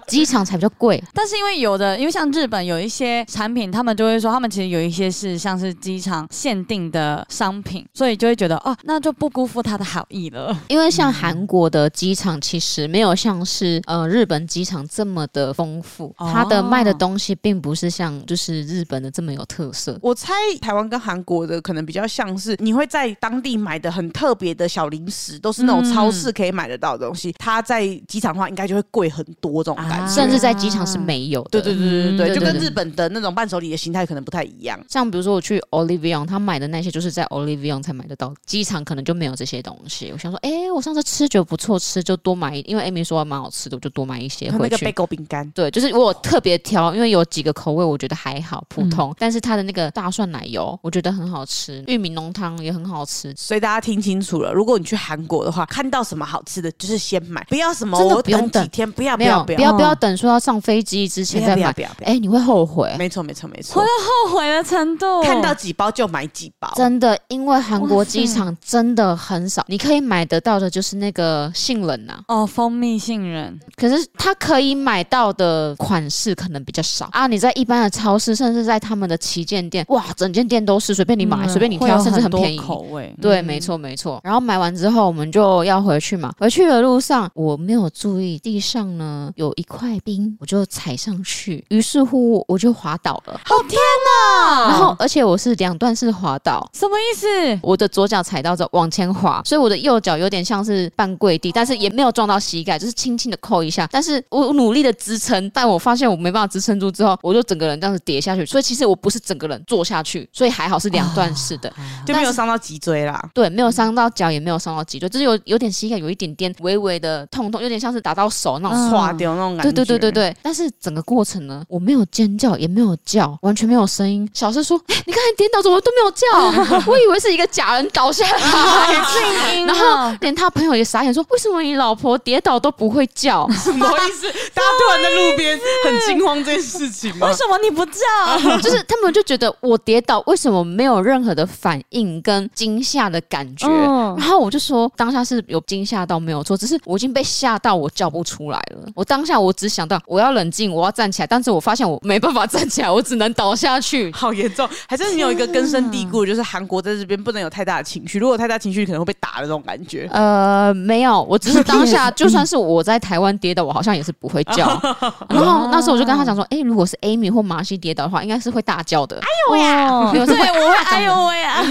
[SPEAKER 2] 机场才比较贵，
[SPEAKER 1] 但是因为有的，因为像日本有一些产品，他们就会说他们其实有一些是像是机场限定的商品，所以就会觉得哦，那就不辜负他的好意了。
[SPEAKER 2] 因为像韩国的机场其实没有像是呃日本机场这么的丰富，
[SPEAKER 3] 哦
[SPEAKER 2] 它的卖的东西并不是像就是日本的这么有特色。
[SPEAKER 3] 我猜台湾跟韩国的可能比较像是，你会在当地买的很特别的小零食，都是那种超
[SPEAKER 2] 嗯
[SPEAKER 3] 市可以买得到的东西。它在机场的话，应该就会贵很多这种感
[SPEAKER 1] 啊
[SPEAKER 3] 觉。
[SPEAKER 2] 甚至在机场是没有的，
[SPEAKER 3] 对对对对
[SPEAKER 1] 嗯
[SPEAKER 3] 对，就
[SPEAKER 2] 对
[SPEAKER 3] 跟
[SPEAKER 2] 对
[SPEAKER 3] 日本的那种伴手礼的形态可能不太一样。
[SPEAKER 2] 像比如说我去 Olivion，他买的那些就是在 Olivion 才买得到，机场可能就没有这些东西。我想说，哎、我上次吃觉得不错吃，就多买一，因为 Amy 说蛮好吃的，我就多买一些
[SPEAKER 3] 还有那
[SPEAKER 2] 回
[SPEAKER 3] 个贝
[SPEAKER 2] 去。
[SPEAKER 3] 狗饼干，
[SPEAKER 2] 对，就是我有特别挑，因为有几个口味我觉得还好，普
[SPEAKER 3] 嗯
[SPEAKER 2] 通。但是它的那个大蒜奶油，我觉得很好吃，玉米浓汤也很好吃，
[SPEAKER 3] 所以大家听清楚了，如果你去韩国的话，看到什么好吃的，就是先买，不要什么
[SPEAKER 2] 真的
[SPEAKER 3] 我
[SPEAKER 2] 不用
[SPEAKER 3] 等几
[SPEAKER 2] 等
[SPEAKER 3] 天，不要不
[SPEAKER 2] 没有
[SPEAKER 3] 要
[SPEAKER 2] 不
[SPEAKER 3] 啊不要，
[SPEAKER 2] 要
[SPEAKER 1] 哦
[SPEAKER 2] 不要等说要上飞机之前再
[SPEAKER 3] 不要
[SPEAKER 2] 买
[SPEAKER 3] 不，要不要，
[SPEAKER 2] 哎、你会后悔。
[SPEAKER 3] 没错没错没错
[SPEAKER 1] 会，后悔的程度，
[SPEAKER 3] 看到几包就买几包，
[SPEAKER 2] 真的，因为韩国
[SPEAKER 1] 哇塞
[SPEAKER 2] 机场真的很少，你可以买得到的就是那个杏仁啊，
[SPEAKER 1] 哦，蜂蜜杏仁，
[SPEAKER 2] 可是它可以买到的款式可能比较少啊。你在一般的超市，甚至在他们的旗舰店，哇，整间店都是，随便你买，
[SPEAKER 1] 嗯
[SPEAKER 2] 随便你
[SPEAKER 1] 会有
[SPEAKER 2] 挑，甚至很
[SPEAKER 1] 多
[SPEAKER 2] 便宜。
[SPEAKER 1] 口味。
[SPEAKER 2] 对，
[SPEAKER 1] 嗯
[SPEAKER 2] 没错，没错。然后买完之后，我们就要回去嘛。回去的路上，我没有注意地上呢有一块冰，我就踩上去，于是乎我就滑倒了。
[SPEAKER 1] 哦天哪！
[SPEAKER 2] 啊然后，而且我是两段式滑倒，
[SPEAKER 1] 啊什么意 思？
[SPEAKER 2] 我的左脚踩到之后往前滑，所以我的右脚有点像是半跪地，但是也没有撞到膝盖，就是轻轻的扣一下。但是我努力的支撑，但我发现我没办法支撑住之后，我就整个人这样子跌下去。所以其实我不是整个人坐下去，所以还好是两段式的。
[SPEAKER 3] 就没
[SPEAKER 2] 但
[SPEAKER 3] 有
[SPEAKER 2] 是
[SPEAKER 3] 伤到脊椎啦。
[SPEAKER 2] 对，没有伤到脚，也没有伤到脊椎，就是有有点膝盖有一点点微微的痛痛，有点像是打到手那种
[SPEAKER 1] 嗯
[SPEAKER 3] 刷掉那种感
[SPEAKER 2] 对
[SPEAKER 3] 觉。
[SPEAKER 2] 对对对对，但是整个过程呢，我没有尖叫，也没有叫，完全没有声音。小声说：“哎、你看你跌倒，怎么都没有 叫？我以为是一个假人倒下来。”
[SPEAKER 1] 静音
[SPEAKER 2] 然后连他朋友也傻眼说：“为什么你老婆跌倒都不会 叫
[SPEAKER 3] 什么意思？大家突然在路边很惊慌这件事情吗
[SPEAKER 1] 为？什么你不叫？？”
[SPEAKER 2] 就是他们就觉得我跌倒为什么没有任何的反应跟惊吓的感觉。
[SPEAKER 1] 嗯
[SPEAKER 2] 然后我就说，当下是有惊吓到没有错，只是我已经被吓到，我叫不出来了。我当下我只想到我要冷静，我要站起来，但是我发现我没办法站起来，我只能倒下去。
[SPEAKER 3] 好严重，还是你有一个根深蒂固，就是韩国在这边不能有太大的情绪，如果有太大情绪，可能会被打的这种感觉。
[SPEAKER 2] 呃，没有，我只是当下，就算是我在台湾跌倒，我好像也是不会叫。 然后那时候我就跟他讲说，哎、如果是 Amy 或马西跌倒的话，应该是会大叫 的。
[SPEAKER 1] 哎呦呀，
[SPEAKER 2] 啊没有
[SPEAKER 1] 对，
[SPEAKER 2] 这么
[SPEAKER 1] 我会哎呦喂啊！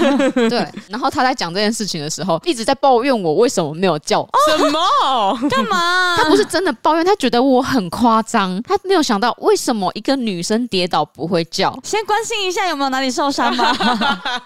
[SPEAKER 2] 对。然后他在讲这件事情的时候，一直在抱怨我为什么没有叫。
[SPEAKER 3] 什么？
[SPEAKER 1] 干嘛？
[SPEAKER 2] 他不是真的抱怨，他觉得我很夸张，他没有想到为什么一个女生跌倒不会叫。
[SPEAKER 1] 先关心一下有没有哪里受伤 吗？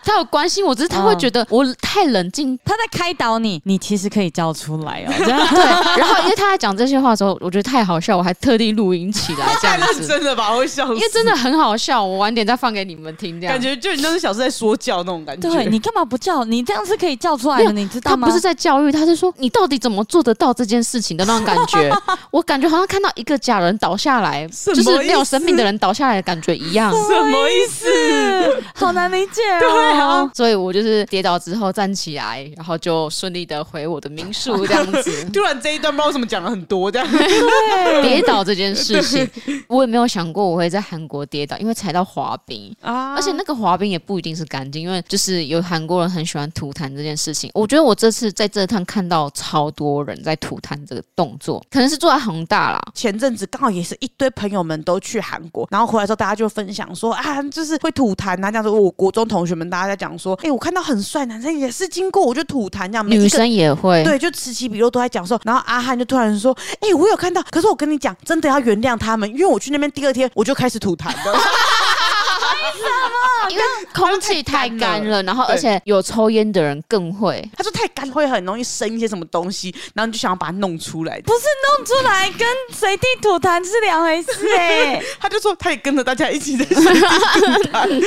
[SPEAKER 2] 他有关心我，只是他会觉得我太冷静。
[SPEAKER 1] 他在开导你，你其实可以叫出来哦。这 样
[SPEAKER 2] 对，然后因为他在讲这些话的时候，我觉得太好笑，我还特地录音起来这
[SPEAKER 3] 太
[SPEAKER 2] 样
[SPEAKER 3] 认
[SPEAKER 2] 子，
[SPEAKER 3] 真了吧，我会笑死。
[SPEAKER 2] 因为真的很好笑。我晚点再放给你们听，这样
[SPEAKER 3] 感。觉就你那是小时候在说教那种感觉。
[SPEAKER 1] 对你干嘛不叫？你这样是可以叫出来的，你知道
[SPEAKER 2] 他
[SPEAKER 1] 吗？
[SPEAKER 2] 不是在教育，他是说你到底怎么做得到这件事情的那种感觉。我感觉好像看到一个假人倒下来，
[SPEAKER 3] 什
[SPEAKER 2] 就
[SPEAKER 3] 么
[SPEAKER 2] 是没有生命的人倒下来的感觉一样。
[SPEAKER 3] 什么意思？
[SPEAKER 1] 是好难理解哦。
[SPEAKER 3] 对啊。
[SPEAKER 2] 所以我就是跌倒之后站起来，然后就顺利的回我的民宿这样子
[SPEAKER 3] 突然这一段不知道为什么讲了很多这样。
[SPEAKER 2] 跌倒这件事情，我也没有想过我会在韩国跌倒，因为踩到滑冰。
[SPEAKER 3] 啊
[SPEAKER 2] 而且那个滑冰也不一定是干净，因为就是有韩国人很喜欢吐痰这件事情。我觉得我这次在这趟看到超多人在吐痰这个动作，可能是做在恒大啦。
[SPEAKER 3] 前阵子刚好也是一堆朋友们都去韩国，然后回来之后大家就分享说啊，就是会吐痰啊，这样子。我国中同学们大家在讲说，哎、我看到很帅男生也是经过我就吐痰这样，每一个
[SPEAKER 2] 女生也会，
[SPEAKER 3] 对，就此起彼落都在讲说，然后阿汉就突然说：“哎、我有看到，可是我跟你讲，真的要原谅他们，因为我去那边第二天我就开始吐痰的。”
[SPEAKER 2] 因为空气太干了，然后而且有抽烟的人更会。
[SPEAKER 3] 他说太干会很容易生一些什么东西，然后你就想要把它弄出来。
[SPEAKER 1] 不是弄出来跟随地吐痰是两回事哎、
[SPEAKER 3] 他就说他也跟着大家一起在水里吐痰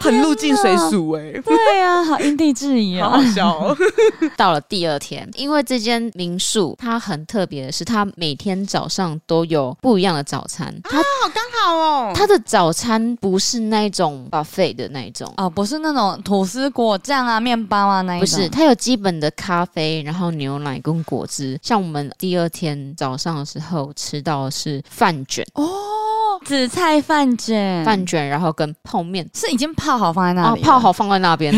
[SPEAKER 3] 很入境水俗哎、
[SPEAKER 1] 对啊，好因地制宜
[SPEAKER 3] 好
[SPEAKER 1] 哦。
[SPEAKER 3] 好笑哦。
[SPEAKER 2] 到了第二天，因为这间民宿它很特别的是，它每天早上都有不一样的早餐。它
[SPEAKER 3] 好刚好
[SPEAKER 1] 嗯
[SPEAKER 3] 哦，
[SPEAKER 2] 它的早餐不是那种 buffet 的那种，
[SPEAKER 1] 哦，不是那种吐司果酱啊、面包啊那一
[SPEAKER 2] 不
[SPEAKER 1] 种，
[SPEAKER 2] 是，它有基本的咖啡，然后牛奶跟果汁。像我们第二天早上的时候吃到的是饭卷，
[SPEAKER 1] 紫菜饭卷，
[SPEAKER 2] 饭卷，然后跟泡面。
[SPEAKER 1] 是已经泡好放在嗯那
[SPEAKER 2] 哦，
[SPEAKER 1] 里、啊
[SPEAKER 2] 泡。好放在 那边，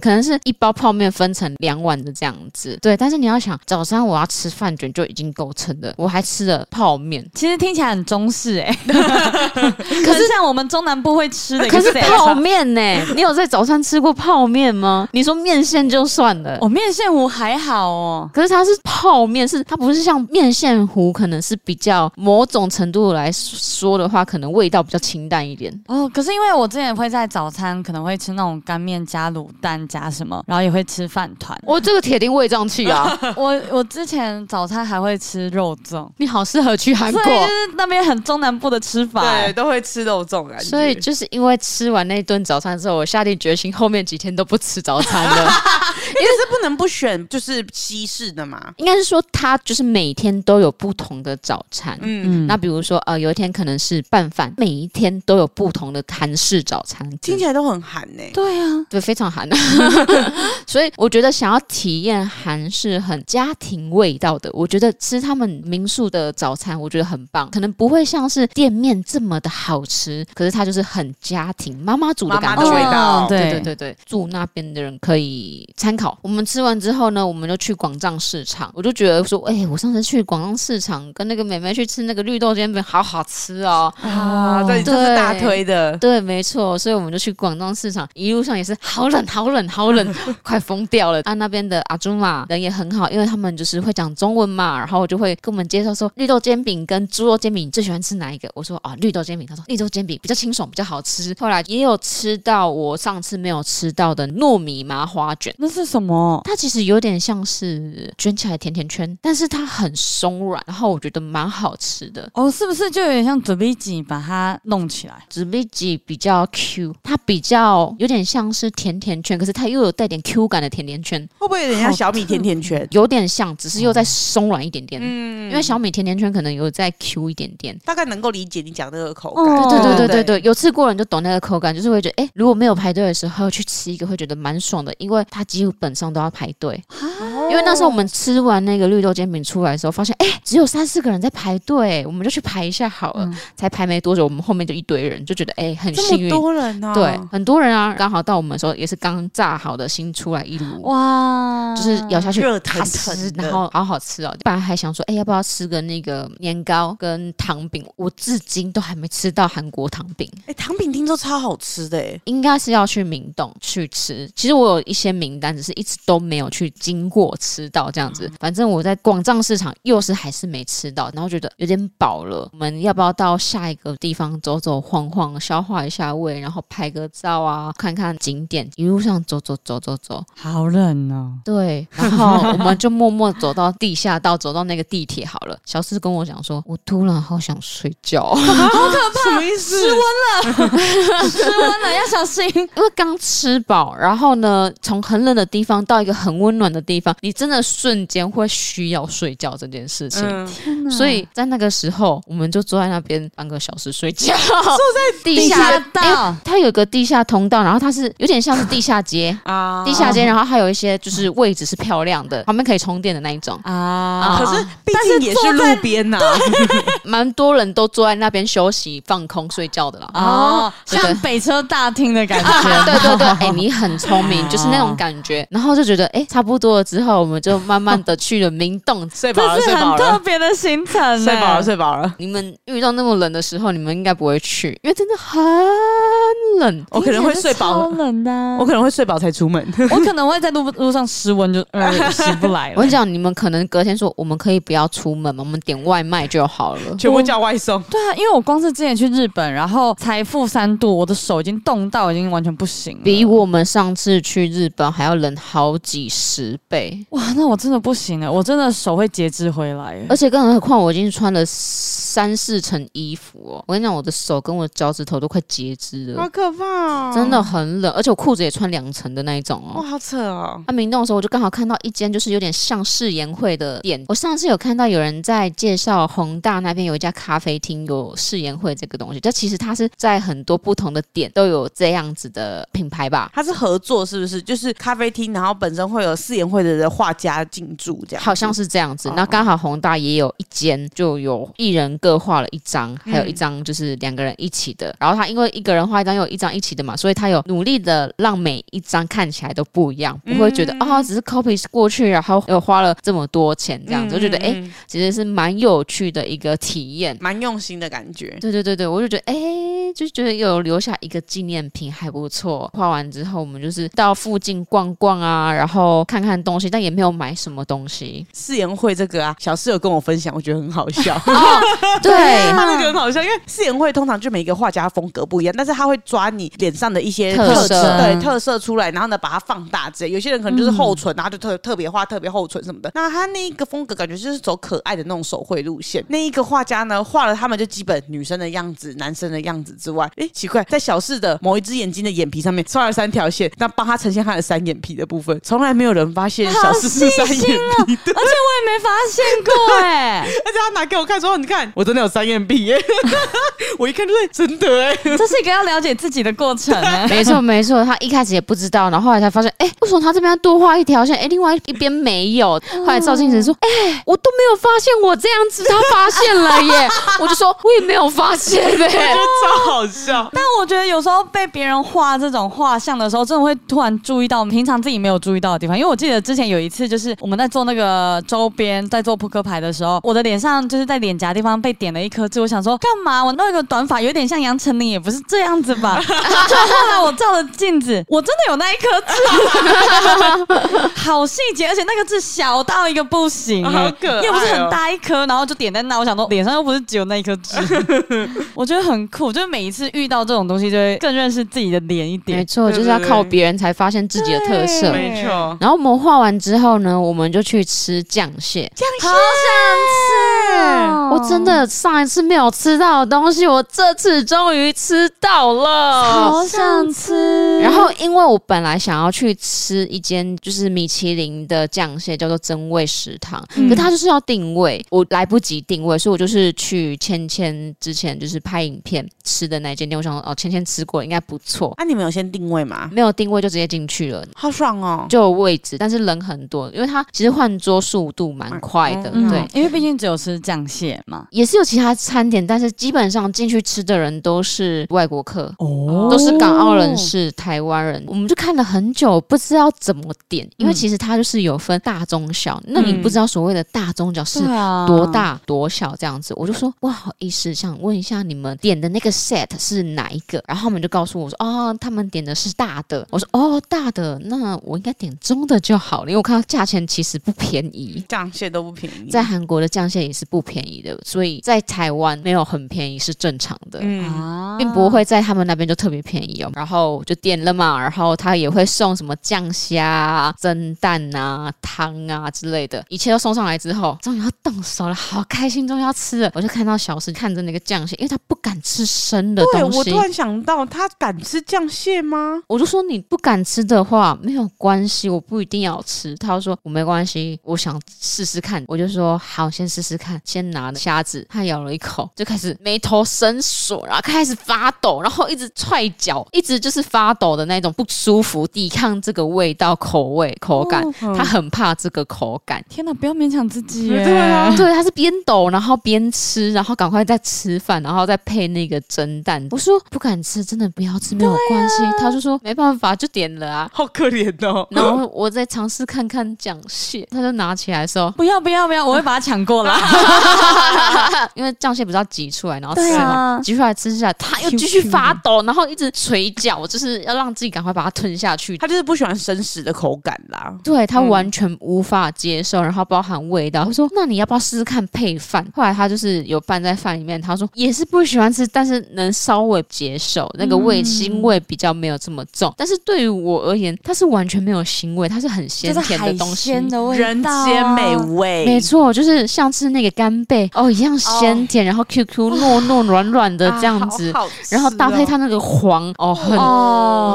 [SPEAKER 2] 可能是一包泡面分成两碗的这样子。对，但是你要想，早上我要吃饭卷就已经够撑了，我还吃了泡面，
[SPEAKER 1] 其实听起来很中式哎、 可是像我们中南部会吃的一个
[SPEAKER 2] 可是
[SPEAKER 1] set
[SPEAKER 2] 泡面呢、你有在早餐吃过泡面吗？你说面线就算了。
[SPEAKER 1] 哦，面线糊还好哦，
[SPEAKER 2] 可是它是泡面，是它不是像面线糊，可能是比较某种程度来说的话，可能味道比较清淡一点。
[SPEAKER 1] 哦，可是因为我之前会在早餐可能会吃那种干面加卤蛋加什么，然后也会吃饭团。
[SPEAKER 2] 我这个铁定胃胀气啊！
[SPEAKER 1] 我我之前早餐还会吃肉粽，
[SPEAKER 2] 你好适合去韩
[SPEAKER 1] 所
[SPEAKER 2] 国
[SPEAKER 1] 以。就是那边很中南部的吃法、
[SPEAKER 3] 对，
[SPEAKER 1] 欸。
[SPEAKER 3] 都会吃肉粽感觉。
[SPEAKER 2] 所 以就是因为吃完那顿早餐之后，我下定决心，后面几天都不吃早餐 了。
[SPEAKER 3] 也是不能不选，就是西式的嘛。
[SPEAKER 2] 应该是说，它就是每天都有不同的早餐。
[SPEAKER 3] 嗯，
[SPEAKER 1] 嗯，
[SPEAKER 2] 那比如说，呃，有一天可能是拌饭，每一天都有不同的韩式早餐，
[SPEAKER 3] 听起来都很欸韩呢、
[SPEAKER 1] 对啊，
[SPEAKER 2] 对，非常 韩。所以我觉得想要体验韩式很家庭味道的，我觉得吃他们民宿的早餐，我觉得很棒。可能不会像是店面这么的好吃，可是它就是很家庭妈妈煮的感
[SPEAKER 3] 妈
[SPEAKER 2] 觉。
[SPEAKER 3] 妈的味道
[SPEAKER 1] 哦
[SPEAKER 2] 对对
[SPEAKER 1] 对
[SPEAKER 2] 对对，住那边的人可以参考。我们吃完之后呢，我们就去广藏市场。我就觉得说，哎、我上次去广藏市场跟那个妹妹去吃那个绿豆煎饼，好好吃哦。
[SPEAKER 3] 啊，
[SPEAKER 1] 哦
[SPEAKER 3] 对，你这是
[SPEAKER 2] 对
[SPEAKER 3] 大推的。
[SPEAKER 2] 对，没错，所以我们就去广东市场，一路上也是好冷，好冷，好冷， 快疯掉了。啊，那边的阿朱玛人也很好，因为他们就是会讲中文嘛，然后就会跟我们介绍说绿豆煎饼跟猪肉煎饼你最喜欢吃哪一个？我说啊，绿豆煎饼。他说绿豆煎饼比较清爽，比较好吃。后来也有吃到我上次没有吃到的糯米麻花卷。
[SPEAKER 1] 那是什么？
[SPEAKER 2] 它其实有点像是卷起来甜甜圈，但是它很松软，然后我觉得蛮好吃的。
[SPEAKER 1] 哦，是不是就有点像准备鸡把它弄起来？
[SPEAKER 2] 纸飞机比较 Q，它比较有点像是甜甜圈，可是它又有带点 Q 感的甜甜圈，
[SPEAKER 3] 会不会有点像小米甜甜 圈？
[SPEAKER 2] 有点像，只是又再松软一点点。
[SPEAKER 3] 嗯，
[SPEAKER 2] 因为小米甜甜圈可能有再 Q 一点点。
[SPEAKER 3] 大概能够理解你讲那个口
[SPEAKER 1] 哦
[SPEAKER 3] 感。
[SPEAKER 2] 对对对对
[SPEAKER 3] 对
[SPEAKER 2] 对，有吃过的人就懂那个口感，就是会觉得，哎、如果没有排队的时候去吃一个，会觉得蛮爽的，因为它基本上都要排队。因为那时候我们吃完那个绿豆煎饼出来的时候，发现哎、诶只有三四个人在排队，我们就去排一下好了。才排没多久，我们后面就一堆人，就觉得哎、诶很
[SPEAKER 3] 嗯哦这
[SPEAKER 2] 幸
[SPEAKER 3] 么
[SPEAKER 2] 运。
[SPEAKER 3] 多人呢、
[SPEAKER 2] 对，很多人啊，刚好到我们的时候也是刚炸好的新出来一
[SPEAKER 3] 嗯
[SPEAKER 2] 炉，
[SPEAKER 1] 哇，
[SPEAKER 2] 就是咬下去
[SPEAKER 3] 热
[SPEAKER 2] 咔
[SPEAKER 3] 腾
[SPEAKER 2] 哧
[SPEAKER 3] 腾的
[SPEAKER 2] 然后好好吃哦。本来还想说，哎、要不要吃个那个年糕跟糖饼？我至今都还没吃到韩国糖饼，
[SPEAKER 3] 哎、糖饼听说超好吃的、哎，
[SPEAKER 2] 应该是要去明洞去吃。其实我有一些名单，只是一直都没有去经过吃到这样子。反正我在广藏市场又是还是没吃到，然后觉得有点饱了。我们要不要到下一个地方走走晃晃，消化一下胃，然后拍个照啊，看看景点？一路上走走走走走，
[SPEAKER 1] 好冷哦。
[SPEAKER 2] 对，然后我们就默默走到地下道，走到那个地铁好了。小四跟我讲说，我突然好想睡觉，
[SPEAKER 3] 什么意思？
[SPEAKER 1] 吃完了要小心。
[SPEAKER 2] 因为刚吃饱，然后呢，从很冷的地方到一个很温暖的地方，你真的瞬间会需要睡觉这件事情。
[SPEAKER 3] 嗯，，
[SPEAKER 2] 所以在那个时候，我们就坐在那边半个小时睡觉，坐在
[SPEAKER 1] 地下
[SPEAKER 2] 因为
[SPEAKER 1] 道，
[SPEAKER 2] 它有个地下通道，然后它是有点像是地下街
[SPEAKER 3] 啊
[SPEAKER 2] 地下街，然后还有一些就是位置是漂亮的，旁边可以充电的那一种。
[SPEAKER 1] 啊
[SPEAKER 3] 哎可是毕竟也是路边 呐、。
[SPEAKER 2] 蛮多人都坐在那边休息、放空、睡觉的啦。
[SPEAKER 1] 哦，
[SPEAKER 2] 对
[SPEAKER 1] 像北车大厅的感觉。
[SPEAKER 2] 对对对，哎、你很聪明，就是那种感觉。然后就觉得，哎、差不多了之后，我们就慢慢的去了明洞
[SPEAKER 3] 睡饱了，
[SPEAKER 1] 这
[SPEAKER 3] 睡
[SPEAKER 1] 是
[SPEAKER 3] 饱
[SPEAKER 1] 很特
[SPEAKER 3] 了，
[SPEAKER 1] 别的行程呢、
[SPEAKER 3] 睡饱了，睡饱了。
[SPEAKER 2] 你们遇到那么冷的时候，你们应该不会去，因为真的很冷。
[SPEAKER 3] 哦我可能会睡饱
[SPEAKER 1] 超冷的啊、
[SPEAKER 3] 我可能会睡饱才出门。
[SPEAKER 1] 我可能会在路路上失温就，呃起不来了。
[SPEAKER 2] 我跟你讲，你们可能隔天说，我们可以不要出门吗？我们点外卖就好了。
[SPEAKER 3] 全部叫外送，
[SPEAKER 1] 对啊，因为我光是之前去日本，然后才负三度，我的手已经冻到已经完全不行了。
[SPEAKER 2] 比我们上次去日本还要冷好几十倍，
[SPEAKER 1] 哇，那我真的不行了，我真的手会截肢回来
[SPEAKER 3] 嗯
[SPEAKER 1] 耶。
[SPEAKER 2] 而且更何况我已经穿了三四层衣服哦。我跟你讲，我的手跟我脚趾头都快截肢了，
[SPEAKER 3] 可怕哦
[SPEAKER 2] 真的很冷，而且我裤子也穿两层的那一种哦。
[SPEAKER 3] 哇，好扯哦！
[SPEAKER 2] 啊，明洞的时候，我就刚好看到一间就是有点像世研会的店。我上次有看到有人在介绍宏大那边有一家咖啡厅有世研会这个东西，但其实它是在很多不同的点都有这样子的品牌吧。
[SPEAKER 3] 它是合作是不是？就是咖啡厅，然后本身会有四眼会的人画家进驻这样子，
[SPEAKER 2] 好像是这样子，
[SPEAKER 3] 哦
[SPEAKER 2] 然后刚好宏大也有一间，就有一人各画了一张，还有一
[SPEAKER 3] 嗯
[SPEAKER 2] 张就是两个人一起的。然后他因为一个人画一张，又有一张一起的嘛，所以他有努力的让每一张看起来都不一样，
[SPEAKER 3] 嗯
[SPEAKER 2] 不会觉得啊、只是 copy 过去，然后又花了这么多钱这样子，我觉得哎、
[SPEAKER 3] 嗯嗯
[SPEAKER 2] 其实是蛮有趣的一个体验。
[SPEAKER 3] 蛮用心的感觉。
[SPEAKER 2] 对对对对，我就觉得哎、就觉得有留下一个纪念品还不错。画完之后，我们就是到附近逛逛啊，然后看看东西，但也没有买什么东 西。
[SPEAKER 3] 四眼会这个啊，小室友跟我分享，我觉得很好 笑。
[SPEAKER 2] 对，
[SPEAKER 3] 他那个很好笑，因为四眼会通常就每个画家风格不一样，但是他会抓你脸上的一些
[SPEAKER 2] 特
[SPEAKER 3] 特质，
[SPEAKER 2] 色嗯
[SPEAKER 3] 对特色出来，然后呢把它放大之类。有些人可能就是厚唇，然后就特特别画特别厚唇什么的。那他那一个风格感觉就是走可爱的那种手绘路线。那一个画家呢，画了他们就基本女生的样子、男生的样子之外，诶，奇怪，在小四的某一只眼睛的眼皮上面刷了三条线，那帮他呈现他的三眼皮的部分，从来没有人发现 小四是三眼
[SPEAKER 2] 哦
[SPEAKER 3] 皮的。
[SPEAKER 1] 啊而且我也没发现过哎、
[SPEAKER 3] 而且他拿给我看说：“你看，我真的有三眼皮耶！” 我一看就是真 的哎、
[SPEAKER 1] 这是一个要了解自己的过程 哎、
[SPEAKER 2] 没错没错，他一开始也不知道，然后后来才发现，哎、为什么他这边要多画一条线？哎、另外一边没有。后来照镜子说，哎、我都没有发现我这样子，他发现了耶。我就说，我也没有发现
[SPEAKER 3] 觉
[SPEAKER 2] 呗
[SPEAKER 3] 得。超好笑。
[SPEAKER 1] 但我觉得有时候被别人画这种画像的时候，真的会突然注意到平常自己没有注意到的地方。因为我记得之前有一次，就是我们在做那个周边，在做扑克牌的时候，我的脸上就是在脸颊地方被点了一颗痣。我想说，干嘛？我弄一个短发，有点像杨丞琳，也不是这样子吧？ 就后来我照了镜子，我真的有那一颗痣， 好细节，而且那个痣小到一个不行、
[SPEAKER 3] 好可爱哦
[SPEAKER 1] 又不是很大一颗，然后就点在那。我想说，脸上又不是只有那一颗痣。我觉得很酷，就是每一次遇到这种东西，就会更认识自己的脸一
[SPEAKER 2] 没
[SPEAKER 1] 点。
[SPEAKER 2] 错，就是要靠别人才发现自己的特色。
[SPEAKER 1] 对
[SPEAKER 3] 没错，
[SPEAKER 2] 然后我们画完之后呢，我们就去吃酱蟹。
[SPEAKER 1] 好想吃哦
[SPEAKER 2] 我真的上一次没有吃到的东西，我这次终于吃到
[SPEAKER 1] 哦
[SPEAKER 2] 了。
[SPEAKER 1] 好想
[SPEAKER 3] 嗯
[SPEAKER 1] 吃，
[SPEAKER 2] 然后，因为我本来想要去吃一间就是米其林的酱蟹，叫做真味食堂，
[SPEAKER 1] 嗯
[SPEAKER 2] 可它就是要定位，我来不及定位，所以我就是去芊芊之前就是拍影片吃的那间店，我想说哦，芊芊吃过应该不错，
[SPEAKER 3] 那、你们有先定位吗？
[SPEAKER 2] 没有定位就直接进去了。
[SPEAKER 3] 好爽哦！
[SPEAKER 2] 就有位置，但是人很多，因为它其实换桌速度蛮快的，
[SPEAKER 3] 嗯
[SPEAKER 2] 对
[SPEAKER 1] 对，，因为毕竟只有吃酱蟹嘛。
[SPEAKER 2] 也是有其他餐点，但是基本上进去吃的人都是外国客，
[SPEAKER 3] 哦
[SPEAKER 2] 都是港澳人士、台湾人，哦嗯我们就看了很久，不知道怎么点，因为其实它就是有分大、中、小，那你不知道所谓的大、中、小是
[SPEAKER 1] 啊
[SPEAKER 2] 多？大、多小这样子，我就说不好意思，想问一下你们点的那个 set 是哪一个？然后他们就告诉我说，哦，他们点的是大的。我说哦，大的，那我应该点中的就好了，因为我看到价钱其实不便宜。
[SPEAKER 3] 酱蟹都不便宜，
[SPEAKER 2] 在韩国的酱蟹也是不便宜的，所以在台湾没有很便宜是正常的。
[SPEAKER 3] 嗯，
[SPEAKER 1] 啊
[SPEAKER 2] 并不会在他们那边就特别便宜哦。然后就点了嘛，然后他也会送什么酱虾、啊、蒸蛋啊、汤啊之类的，一切都送上来之后，终于要动手了，好开心，终于要吃了。我就看到小四看着那个酱蟹，因为他不敢吃生的
[SPEAKER 3] 对
[SPEAKER 2] 东
[SPEAKER 3] 我
[SPEAKER 2] 西
[SPEAKER 3] 突。然想到，他敢吃酱蟹吗？
[SPEAKER 2] 我就说你不敢吃的话没有关系，我不一定要吃。他就说我没关系，我想试试看。我就说好，先试试看。先拿虾子，他咬了一口，就开始眉头深锁，然后开始发抖，然后一直踹脚，一直就是发抖的那种不舒服，抵抗这个味道、口味、口感，
[SPEAKER 1] 哦
[SPEAKER 2] 他很怕这个口感。
[SPEAKER 1] 天哪，不要勉强自己耶。
[SPEAKER 3] 对啊
[SPEAKER 2] 对，他是边抖然后边吃，然后赶快再吃饭，然后再配那个蒸蛋。我说不敢吃，真的不要吃，没有关系。他就说没办法，就点 了啊。
[SPEAKER 3] 好可怜哦。
[SPEAKER 2] 然后我再尝试看看酱蟹，他就拿起来的 时候，
[SPEAKER 1] 不要不要不要，我会把它抢过来。
[SPEAKER 2] 因为酱蟹不是要挤出来，然后吃
[SPEAKER 1] 对
[SPEAKER 2] 嘛
[SPEAKER 1] 啊，
[SPEAKER 2] 挤、出来吃下来，他又
[SPEAKER 1] Q
[SPEAKER 2] 继续
[SPEAKER 1] Q
[SPEAKER 2] 发抖，然后一直捶脚，就是要让自己赶快把它吞下去。
[SPEAKER 3] 他就是不喜欢生食的口感啦。
[SPEAKER 2] 对他完全无法接受，然后包含味道。他说：“那你要不要试试看配饭？”后来他就是有拌在饭里面，他说也是不喜欢吃，但是能稍微接受那个味腥味比较没有这么重。但是对于我而言，它是完全没有腥味，它是很鲜
[SPEAKER 1] 就是
[SPEAKER 2] 甜的
[SPEAKER 1] 海
[SPEAKER 2] 东西。
[SPEAKER 1] 鲜的味道、啊，
[SPEAKER 3] 人间美味，
[SPEAKER 2] 没错，就是像吃那个干贝哦一样鲜甜，然后 Q Q 糯糯软软的这样子，
[SPEAKER 3] 啊好好吃
[SPEAKER 2] 然后搭配它
[SPEAKER 3] 哦
[SPEAKER 2] 那个黄哦很
[SPEAKER 1] 哦，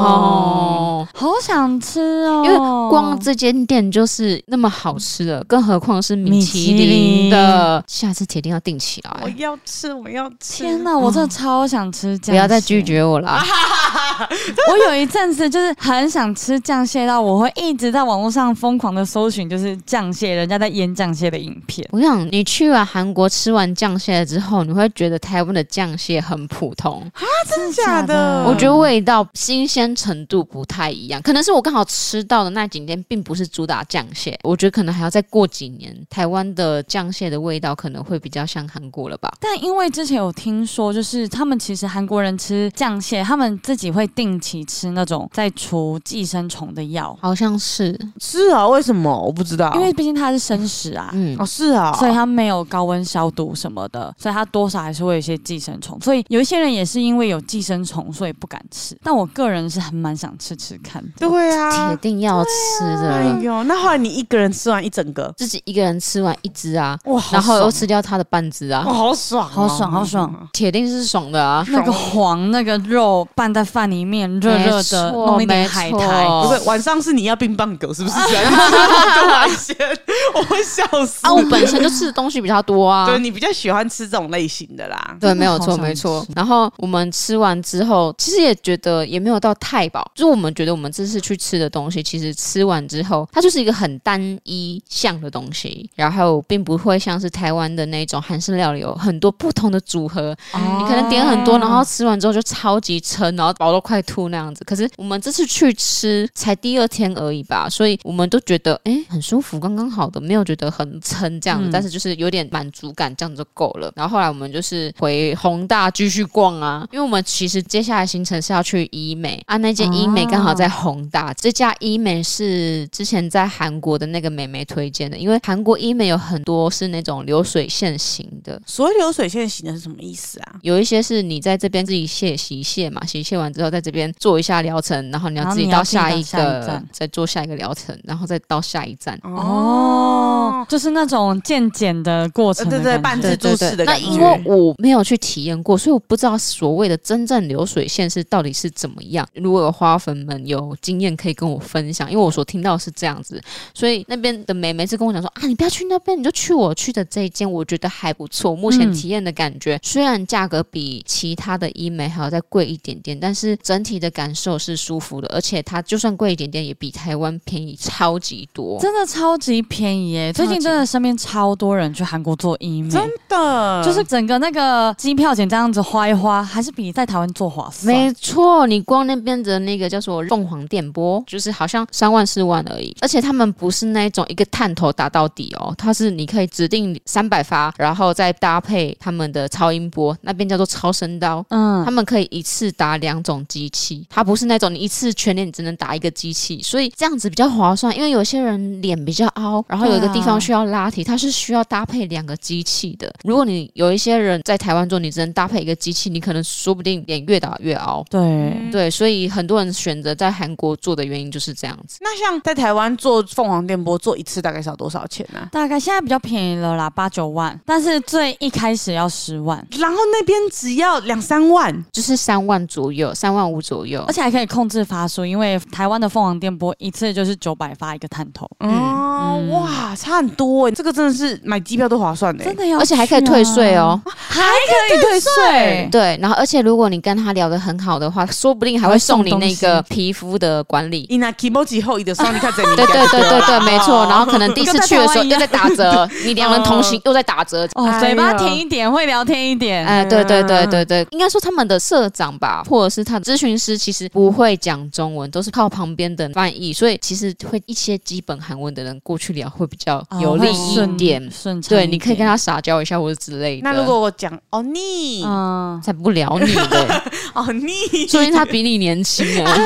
[SPEAKER 2] 哦
[SPEAKER 1] 好想吃哦，
[SPEAKER 2] 因为光这间店就是那么好吃了，更何况是米
[SPEAKER 1] 米
[SPEAKER 2] 其
[SPEAKER 1] 其
[SPEAKER 2] 林
[SPEAKER 1] 林
[SPEAKER 2] 的，下次铁定要订起
[SPEAKER 3] 我
[SPEAKER 2] 来，
[SPEAKER 3] 要吃，我要吃。
[SPEAKER 1] 天哪，我真的超想吃酱蟹，
[SPEAKER 2] 啊不要再拒。 绝我啦！
[SPEAKER 1] 我有一阵子就是很想吃酱蟹，到我会一直在网络上疯狂的搜寻，就是酱蟹，人家在腌酱蟹的影片。
[SPEAKER 2] 我想你去完韩国吃完酱蟹之后，你会觉得台湾的酱蟹很普通，
[SPEAKER 1] 啊真的
[SPEAKER 3] 假的
[SPEAKER 2] 我觉得味道新鲜程度不太一样，可能是我刚好吃到的那几天并不是主打酱蟹，我觉得可能还要再过几年，台湾的酱蟹的味道可能会比较像韩国了吧。
[SPEAKER 1] 但因为之前有听说，就是他们其实韩国人吃酱蟹，他们自己会定期吃那种在除寄生虫的药，
[SPEAKER 2] 好像是，
[SPEAKER 3] 是啊，为什么我不知道？
[SPEAKER 1] 因为毕竟它是生食啊。
[SPEAKER 2] 嗯
[SPEAKER 3] 哦，是啊，
[SPEAKER 1] 所以它没有高温消毒什么的，所以它多少还是会有一些寄生虫。所以有一些人也是因为有寄生虫，所以不敢吃。但我个人是很蛮想吃吃看的。
[SPEAKER 3] 对
[SPEAKER 2] 铁
[SPEAKER 3] 啊，
[SPEAKER 2] 定要吃的。
[SPEAKER 3] 哎呦，那后来你一个人吃完一整个，
[SPEAKER 2] 自己一个人吃完一只啊，
[SPEAKER 3] 哇，好
[SPEAKER 2] 然后又
[SPEAKER 3] 爽
[SPEAKER 2] 吃掉它的半只啊
[SPEAKER 3] 哦，，好爽哦，
[SPEAKER 1] 好爽好爽
[SPEAKER 2] 铁定是爽 的啊！
[SPEAKER 1] 那个黄那个肉拌在饭里面，热热的，
[SPEAKER 2] 没错
[SPEAKER 1] 弄一点海苔。
[SPEAKER 3] 不
[SPEAKER 2] 没错
[SPEAKER 3] 是晚上是你要冰棒狗是 不是？喜欢吃这种海鲜，我会笑死。
[SPEAKER 2] 啊，我本身就吃的东西比较多 啊。
[SPEAKER 3] 对你比较喜欢吃这种类型的啦。
[SPEAKER 1] 真
[SPEAKER 2] 对，
[SPEAKER 1] 的
[SPEAKER 2] 没有错，
[SPEAKER 1] 好想
[SPEAKER 2] 没错
[SPEAKER 1] 吃。
[SPEAKER 2] 然后我们吃完之后，其实也觉得也没有到太饱，就是我们觉得我们这次去吃的东西，其实吃完之后，它就是一个很单一项的东西，然后并不会像是台湾的那种韩式料理有很多不同的组合，
[SPEAKER 1] 哦
[SPEAKER 2] 你可能点很多，然后吃完之后就超级撑，然后饱到快吐那样子。可是我们这次去吃才第二天而已吧，所以我们都觉得哎、诶很舒服，刚刚好的，没有觉得很撑这样子，
[SPEAKER 1] 嗯
[SPEAKER 2] 但是就是有点满足感，这样子就够了。然后后来我们就是回宏大继续逛啊，因为我们其实接下来行程是要去医美啊，那间医美刚好在宏大，这家医美是之前在韩国的那个美眉推荐的，因为韩国医美有很多是那种流水线型的，
[SPEAKER 3] 所谓流水线型的是什么意思啊？
[SPEAKER 2] 有一些是你在这边自己卸洗卸嘛，洗卸完之后在这边做一下疗程，然后你要
[SPEAKER 1] 然后
[SPEAKER 2] 自己
[SPEAKER 1] 你要
[SPEAKER 2] 到
[SPEAKER 1] 自己
[SPEAKER 2] 下
[SPEAKER 1] 到
[SPEAKER 2] 一
[SPEAKER 1] 下一
[SPEAKER 2] 个
[SPEAKER 1] 站，
[SPEAKER 2] 再做下一个疗程，然后再到下一站。
[SPEAKER 1] 哦，就是那种渐减的过程的
[SPEAKER 3] 呃对对
[SPEAKER 1] 感觉
[SPEAKER 3] 半自助式的
[SPEAKER 2] 那
[SPEAKER 3] 感觉
[SPEAKER 2] 因为我没有去体验过，所以我不知道所谓的真正流水线是到底是怎么样。如果有花粉们有经验可以跟我分享，因为我所听到是这样子，所以那边的美眉是跟我讲说啊，你不要去那边，你就去我去的这一间，我觉得还不错。目前
[SPEAKER 1] 嗯
[SPEAKER 2] 体验的感觉、虽然价格比其他的医美还要再贵一点点，但是整体的感受是舒服的，而且它就算贵一点点，也比台湾便宜超级多。
[SPEAKER 1] 真的超级便宜耶、
[SPEAKER 2] 超级
[SPEAKER 1] 最近真的身边超多人去韩国做医美，
[SPEAKER 3] 真的
[SPEAKER 1] 就是整个那个机票钱这样子花一花，还是比在台湾做划算。
[SPEAKER 2] 没错，你光那边的那个叫什么凤凰电波，就是好像三万四万而已，而且他们不是那种一个探头打到底哦，它是你可以指定三百发，然后再搭配他们的超音波，那边叫做超声刀。
[SPEAKER 1] 嗯
[SPEAKER 2] 他，们可以一次打两种机器，它不是那种你一次全脸你只能打一个机器，所以这样子比较划算。因为有些人脸比较凹，然后有一个地
[SPEAKER 1] 对
[SPEAKER 2] 方
[SPEAKER 1] 啊
[SPEAKER 2] 需要拉提，它是需要搭配两个机器的。如果你有一些人在台湾做，你只能搭配一个机器，你可能说不定脸越打越凹。
[SPEAKER 1] 对，
[SPEAKER 2] 对，所以很多人选择在韩国做的原因就是这样子。
[SPEAKER 3] 那像在台湾做凤凰电波做一次大概是要多少钱呢、啊？
[SPEAKER 1] 大概现在比较便宜了啦，八九万，但是最一开始要十万，
[SPEAKER 3] 然后那边只要两三万，
[SPEAKER 2] 就是三万左右，三万五左右
[SPEAKER 1] 而。且还可以控制发数，因为台湾的凤凰电波一次就是九百发一个探头。
[SPEAKER 2] 嗯
[SPEAKER 3] 欸哦，哇，差很多哎！这个真的是买机票都划算的、
[SPEAKER 1] 真的要，啊
[SPEAKER 2] 而且还可以退税哦。。
[SPEAKER 1] 还可以 退税，
[SPEAKER 2] 对，然后而且如果你跟他聊得很好的话，说不定还会送你
[SPEAKER 1] 还会
[SPEAKER 2] 那
[SPEAKER 1] 送东
[SPEAKER 2] 个皮肤的管理。
[SPEAKER 3] 伊那 k i m o j i 后移的时候，你看怎么
[SPEAKER 2] 对对对对对，没错。然后可能第一次
[SPEAKER 1] 跟在
[SPEAKER 2] 去
[SPEAKER 1] 台
[SPEAKER 2] 的
[SPEAKER 1] 湾
[SPEAKER 2] 时候
[SPEAKER 1] 一嗯
[SPEAKER 2] 又在打折，你两人同行又在打折。
[SPEAKER 1] 哦，嘴巴甜一点，会聊天一点，
[SPEAKER 2] 哎，对对对对
[SPEAKER 1] 嗯
[SPEAKER 2] 对，应该说他们的社长吧，或者是他的咨询师，其实不会讲中文，都是靠旁边的翻译，所以其实会一些基本韩文的人过去聊会比较有利一点。
[SPEAKER 1] 哦顺畅一
[SPEAKER 2] 对，
[SPEAKER 1] 点
[SPEAKER 2] 你可以跟他撒娇一下或者之类的。
[SPEAKER 3] 那如果我讲哦你
[SPEAKER 1] 嗯，
[SPEAKER 2] 才不聊 你的，
[SPEAKER 3] 哦你，
[SPEAKER 2] 说明他比你年轻哎、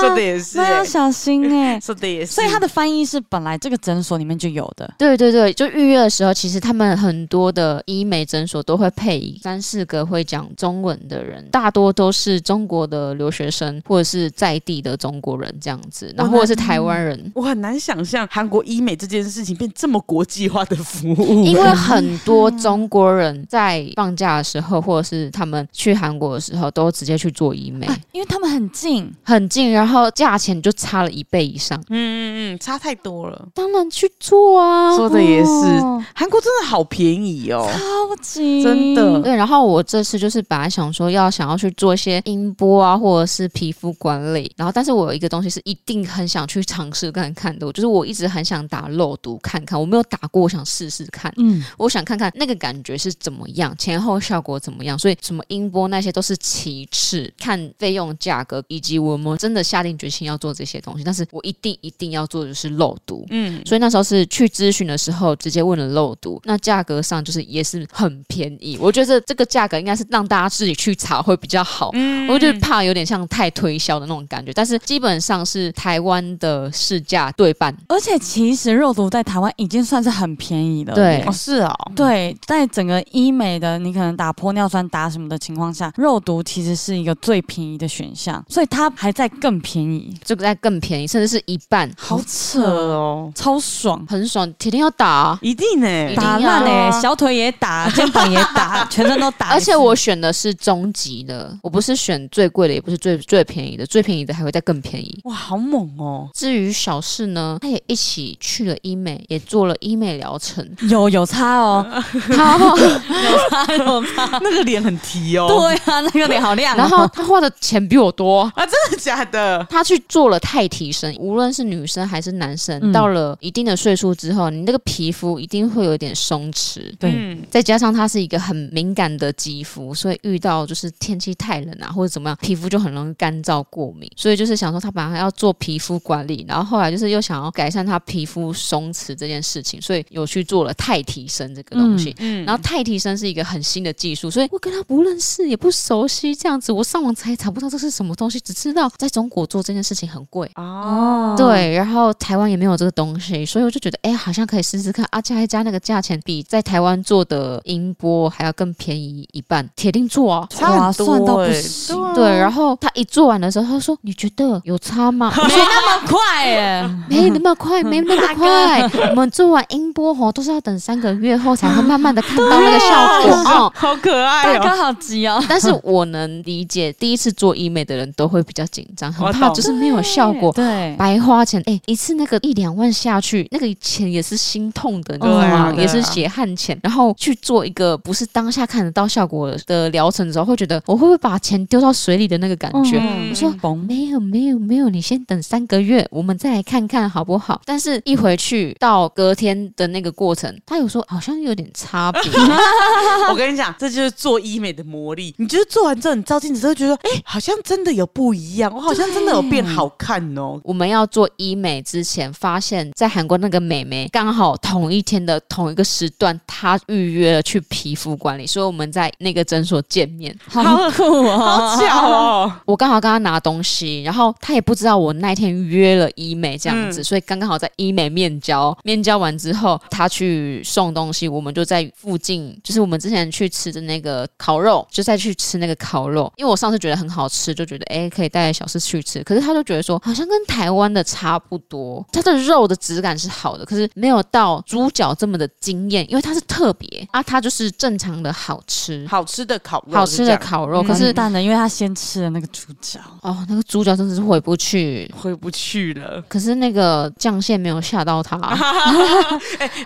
[SPEAKER 3] 说的也是、
[SPEAKER 1] 那要
[SPEAKER 3] 欸，
[SPEAKER 1] 小心哎、
[SPEAKER 3] 说的也是。
[SPEAKER 1] 所以他的翻译是本来这个诊所里面就有的，
[SPEAKER 2] 对对对，就预约的时候，其实他们很多的医美诊所都会配三四个会讲中文的人，大多都是中国的留学生或者是在地的中国人这样子，然后或者是台湾人。
[SPEAKER 3] 我很难想象韩国医美这件事情变这么国际化的服务，
[SPEAKER 2] 因为很多中国人在放假的时候，或者是他们去韩国的时候，都直接去做医美，
[SPEAKER 1] 啊因为他们很近，
[SPEAKER 2] 很近，然后价钱就差了一倍以上。
[SPEAKER 3] 嗯嗯嗯，差太多了。
[SPEAKER 2] 当然去做啊，
[SPEAKER 3] 说的也是，
[SPEAKER 1] 哦
[SPEAKER 3] 韩国真的好便宜
[SPEAKER 2] 哎
[SPEAKER 3] 哦。
[SPEAKER 1] 超级
[SPEAKER 3] 真的
[SPEAKER 2] 对，然后我这次就是本来想说要想要去做一些音波啊，或者是皮肤管理，然后但是我有一个东西是一定很想去尝试看看的，我就是我一直很想打肉毒看看，我没有打过，我想试试看，
[SPEAKER 1] 嗯，
[SPEAKER 2] 我想看看那个感觉是怎么样，前后效果怎么样，所以什么音波那些都是其次，看费用、价格以及我们真的下定决心要做这些东西，但是我一定一定要做的就是肉毒，
[SPEAKER 3] 嗯，
[SPEAKER 2] 所以那时候是去咨询的时候，直接问了漏毒，那价格上就是也是很便宜。我觉得这个价格应该是让大家自己去查会比较好。
[SPEAKER 1] 嗯
[SPEAKER 2] 我就怕有点像太推销的那种感觉，但是基本上是台湾的市价对半。
[SPEAKER 1] 而且其实肉毒在台湾已经算是很便宜了
[SPEAKER 2] 对
[SPEAKER 1] 耶，
[SPEAKER 3] 哦是哦，
[SPEAKER 1] 对，在整个医美的你可能打玻尿酸打什么的情况下，肉毒其实是一个最便宜的选项，所以它还在更便宜，
[SPEAKER 2] 这个再更便宜，甚至是一半，嗯
[SPEAKER 1] 好扯
[SPEAKER 3] 扯哦，
[SPEAKER 1] 超爽，
[SPEAKER 2] 很爽，铁定要打啊、
[SPEAKER 3] 一定呢、
[SPEAKER 2] 一定
[SPEAKER 1] 打
[SPEAKER 2] 要
[SPEAKER 1] 烂哎、
[SPEAKER 3] 啊
[SPEAKER 1] 小腿也打，肩膀也 打，全身都打一次，
[SPEAKER 2] 而且我选的是中级的，我不是选最贵的，也不是最最便宜的，最便宜的还会再更便宜。
[SPEAKER 3] 哇，好猛哦！
[SPEAKER 2] 至于小事呢，他也一起去了医美，也做了医美疗程，
[SPEAKER 1] 有有差 哦，
[SPEAKER 2] 他画，
[SPEAKER 1] 差有差，
[SPEAKER 3] 那个脸很提哦，
[SPEAKER 1] 对啊，那个脸好亮、哦，
[SPEAKER 2] 然后他花的钱比我多。
[SPEAKER 3] 啊，真的假的？
[SPEAKER 2] 他去做了太提升，无论是女生还是男生，
[SPEAKER 1] 嗯
[SPEAKER 2] 到了一定的岁数之后，你那个皮肤一定会有点松弛。
[SPEAKER 1] 对。
[SPEAKER 3] 嗯
[SPEAKER 2] 再加上它是一个很敏感的肌肤，所以遇到就是天气太冷啊，或者怎么样，皮肤就很容易干燥过敏。所以就是想说，他本来要做皮肤管理，然后后来就是又想要改善他皮肤松弛这件事情，所以有去做了太提升这个东西。
[SPEAKER 3] 嗯
[SPEAKER 2] 然后泰提升是一个很新的技术，所以我跟他不认识，也不熟悉，这样子我上网查也查不到这是什么东西，只知道在中国做这件事情很贵。
[SPEAKER 3] 哦，
[SPEAKER 2] 对，然后台湾也没有这个东西，所以我就觉得，哎，好像可以试试看啊，加一加那个价钱比在台湾做的音波还要更便宜一半，铁定做啊。
[SPEAKER 3] 差很
[SPEAKER 1] 划算
[SPEAKER 3] 多
[SPEAKER 1] 到不
[SPEAKER 3] 欸
[SPEAKER 1] 行
[SPEAKER 3] 啊
[SPEAKER 2] 对，然后他一做完的时候，他说：“你觉得有差吗？”我
[SPEAKER 1] 没
[SPEAKER 2] 说
[SPEAKER 1] 那么快耶，
[SPEAKER 2] 没那么快，没那么快。我们做完音波吼，都是要等三个月后才会慢慢的看到那个效果 哦。
[SPEAKER 3] 嗯好可
[SPEAKER 1] 大
[SPEAKER 3] 爱哦！
[SPEAKER 1] 哥好急 哦，
[SPEAKER 2] 但是我能理解，第一次做医美的人都会比较紧张，很
[SPEAKER 3] 我
[SPEAKER 2] 怕
[SPEAKER 3] 懂
[SPEAKER 2] 就是没有效果，
[SPEAKER 1] 对，
[SPEAKER 2] 白花钱。哎、一次那个一两万下去，那个钱也是心痛的，你知道
[SPEAKER 3] 对啊
[SPEAKER 2] 吗？
[SPEAKER 3] 对啊
[SPEAKER 2] 也是血汗钱。然后去做一个不是当下看得到效果的疗程的时候，会觉得我会不会把钱丢到水里的那个感觉？
[SPEAKER 3] 嗯
[SPEAKER 2] 我说
[SPEAKER 1] 嘣，
[SPEAKER 2] 没有没有没有，你先等三个月，我们再来看看好不好？但是一回去到隔天的那个过程，他有说好像有点差 别，
[SPEAKER 3] 我跟你讲，这就是做医美的魔力。你就是做完之后，你照镜子之后觉得，哎、好像真的有不一样，哦我好像真的有变好看哦。
[SPEAKER 2] 我们要做医美之前，发现在韩国那个美眉刚好同一天的同一个时段，她预约了去皮肤管理，所以我们在那个诊所见面。
[SPEAKER 1] 好酷哦，
[SPEAKER 3] 好 巧哦！
[SPEAKER 2] 我刚好跟她拿东西，然后她也不知道我那天约了医美这样子，所以刚刚好在医美面交，面交完之后，她去送东西，我们就在附近，就是我们之前去吃的那个烤肉，就再去吃那个烤肉，因为我上次觉得很好吃，就觉得诶可以带小四去吃，可是她就觉得说好像跟台湾的差不多，它的肉的质感是好的，可是没有到猪脚这么的惊艳，因为它是特别啊，它就是正常的好吃。
[SPEAKER 3] 好吃的烤肉，
[SPEAKER 2] 好吃的烤肉，可是
[SPEAKER 1] 嗯完蛋了，因为他先吃了那个猪脚，
[SPEAKER 2] 哦，那个猪脚真的是回不去。
[SPEAKER 3] 回不去了。
[SPEAKER 2] 可是那个酱蟹没有吓到他，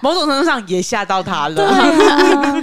[SPEAKER 3] 某种程度上，上也吓到他了。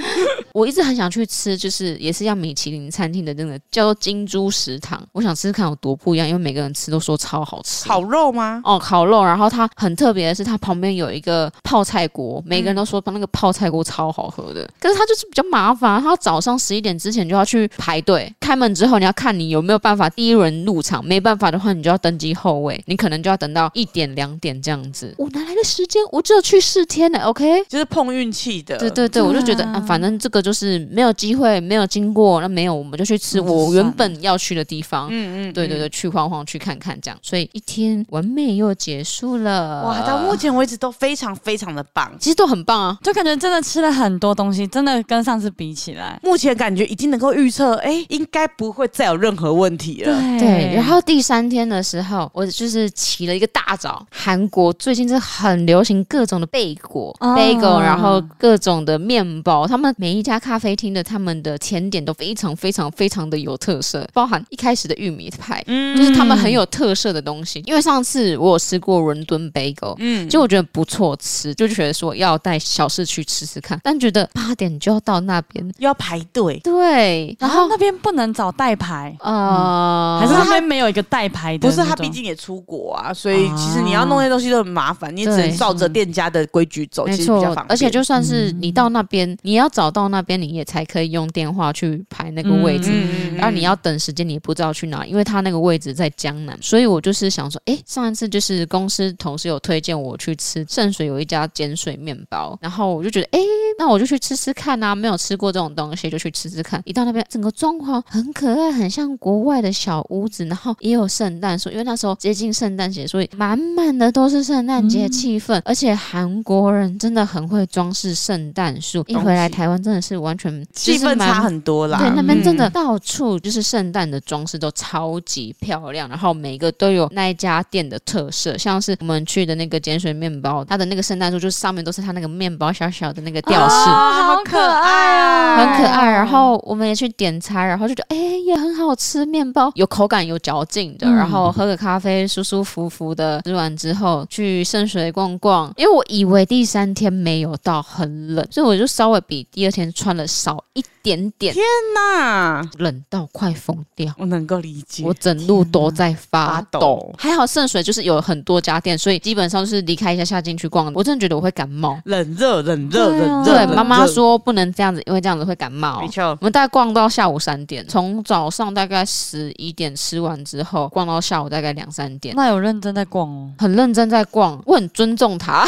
[SPEAKER 2] 我一直很想去吃，就是也是要米其林餐厅的那个叫做金珠食堂，我想吃吃看有多不一样，因为每个人吃都说超好吃。
[SPEAKER 3] 烤肉吗？
[SPEAKER 2] 哦，烤肉，然后它很特别的是，它旁边有一个泡菜锅，每个人都说那个泡菜锅超好喝的。可是它就是比较麻烦，啊它早上十一点之前就要去排队，开门之后你要看你有没有办法第一轮入场，没办法的话你就要登记后位，你可能就要等到一点两点这样子。我哪来的时间？我只有去四天呢，OK？
[SPEAKER 3] 就是碰运气的。
[SPEAKER 2] 对对对，我就觉得啊，反正这个就是没有机会，没有经过，那没有我们就去吃
[SPEAKER 3] 那就
[SPEAKER 2] 我
[SPEAKER 3] 算
[SPEAKER 2] 原
[SPEAKER 3] 了
[SPEAKER 2] 本要去的地方。
[SPEAKER 3] 嗯，嗯嗯，
[SPEAKER 2] 对对对，去晃晃，去看看这样，所以一天完美又结束了。
[SPEAKER 3] 哇，到目前为止都非常非常的棒。
[SPEAKER 2] 其实都很棒啊。
[SPEAKER 1] 就感觉真的吃了很多东西，真的跟上次比起来，
[SPEAKER 3] 目前感觉已经能够预测，哎、应该不会再有任何问题了。
[SPEAKER 2] 对，然后第三天的时候，我就是起了一个大早。韩国最近是很流行各种的贝果、
[SPEAKER 1] 哦
[SPEAKER 2] 贝果，然后各种的面包。他们每一家咖啡厅的他们的甜点都非常非常非常的有特色，包含一开始的玉米派，
[SPEAKER 3] 嗯
[SPEAKER 2] 就是他们很有特色的东西。因为上次我有吃过伦敦贝果，
[SPEAKER 3] 嗯，
[SPEAKER 2] 就我觉得不错吃，就觉得说要带小市去吃吃看，但觉得八点就要到那边，
[SPEAKER 3] 要排队，
[SPEAKER 2] 对，然
[SPEAKER 1] 然后
[SPEAKER 2] 后
[SPEAKER 1] 那边不能找代牌，
[SPEAKER 2] 呃，
[SPEAKER 1] 还
[SPEAKER 3] 嗯
[SPEAKER 1] 是那边没有一个代牌的
[SPEAKER 3] 不
[SPEAKER 1] 那
[SPEAKER 3] 是
[SPEAKER 1] 种？
[SPEAKER 3] 他毕竟也出国啊，所以其实你要弄那些东西都很麻烦，你只能照着店家的规矩走，
[SPEAKER 2] 没
[SPEAKER 3] 其实比较方
[SPEAKER 2] 错
[SPEAKER 3] 便。，嗯
[SPEAKER 2] 而且就算是你到那边，你要找到那边，你也才可以用电话去排那个位置。
[SPEAKER 3] 嗯
[SPEAKER 2] 然后你要等时间，你也不知道去哪，因为他那个位置在江南，所以我就是想说，诶，上一次就是公司同事有推荐我去吃圣水有一家碱水面包，然后我就觉得，诶，那我就去吃吃看啊，没有吃过这种东西就去吃吃看。一到那边，整个装潢很可爱，很像国外的小屋子，然后也有圣诞树，因为那时候接近圣诞节，所以满满的都是圣诞
[SPEAKER 3] 嗯
[SPEAKER 2] 节气氛，而且韩国人真的很会装饰圣诞树，一
[SPEAKER 3] 东
[SPEAKER 2] 回来
[SPEAKER 3] 西
[SPEAKER 2] 台湾真的是完全
[SPEAKER 3] 气
[SPEAKER 2] 就是
[SPEAKER 3] 氛
[SPEAKER 2] 蛮
[SPEAKER 3] 差很多啦。
[SPEAKER 2] 对，那边真的
[SPEAKER 1] 嗯
[SPEAKER 2] 到处就是圣诞的装饰都超级漂亮，然后每个都有那一家店的特色，像是我们去的那个碱水面包，它的那个圣诞树就是上面都是它那个面包小小的那个吊饰。
[SPEAKER 1] 啊好可爱啊，
[SPEAKER 2] 很可爱，然后
[SPEAKER 1] 哦
[SPEAKER 2] 我们也去点餐，然后就觉得哎、也很好吃，面包有口感有嚼劲的，
[SPEAKER 1] 嗯
[SPEAKER 2] 然后喝个咖啡，舒舒服服的吃完之后去圣水逛逛，因为我以为第三天没有到很冷，所以我就稍微比第二天穿了少一点点，
[SPEAKER 3] 那
[SPEAKER 2] 冷到快疯掉。
[SPEAKER 3] 我能够理解
[SPEAKER 2] 我。整路都在发
[SPEAKER 3] 发
[SPEAKER 2] 抖
[SPEAKER 3] 抖，
[SPEAKER 2] 还好圣水就是有很多家店，所以基本上是离开一下下进去逛。我真的觉得我会感冒。
[SPEAKER 3] 冷热，冷热，冷热。
[SPEAKER 2] 对，
[SPEAKER 3] 冷
[SPEAKER 2] 妈妈
[SPEAKER 3] 热，
[SPEAKER 2] 说哎不能这样子，因为这样子会感冒
[SPEAKER 3] 没。错
[SPEAKER 2] 我，们大概逛到下午三点，从早上大概十一点吃完之后，逛到下午大概两三点，
[SPEAKER 1] 那有认真在逛哦。
[SPEAKER 2] 很认真在逛，我很尊重 他。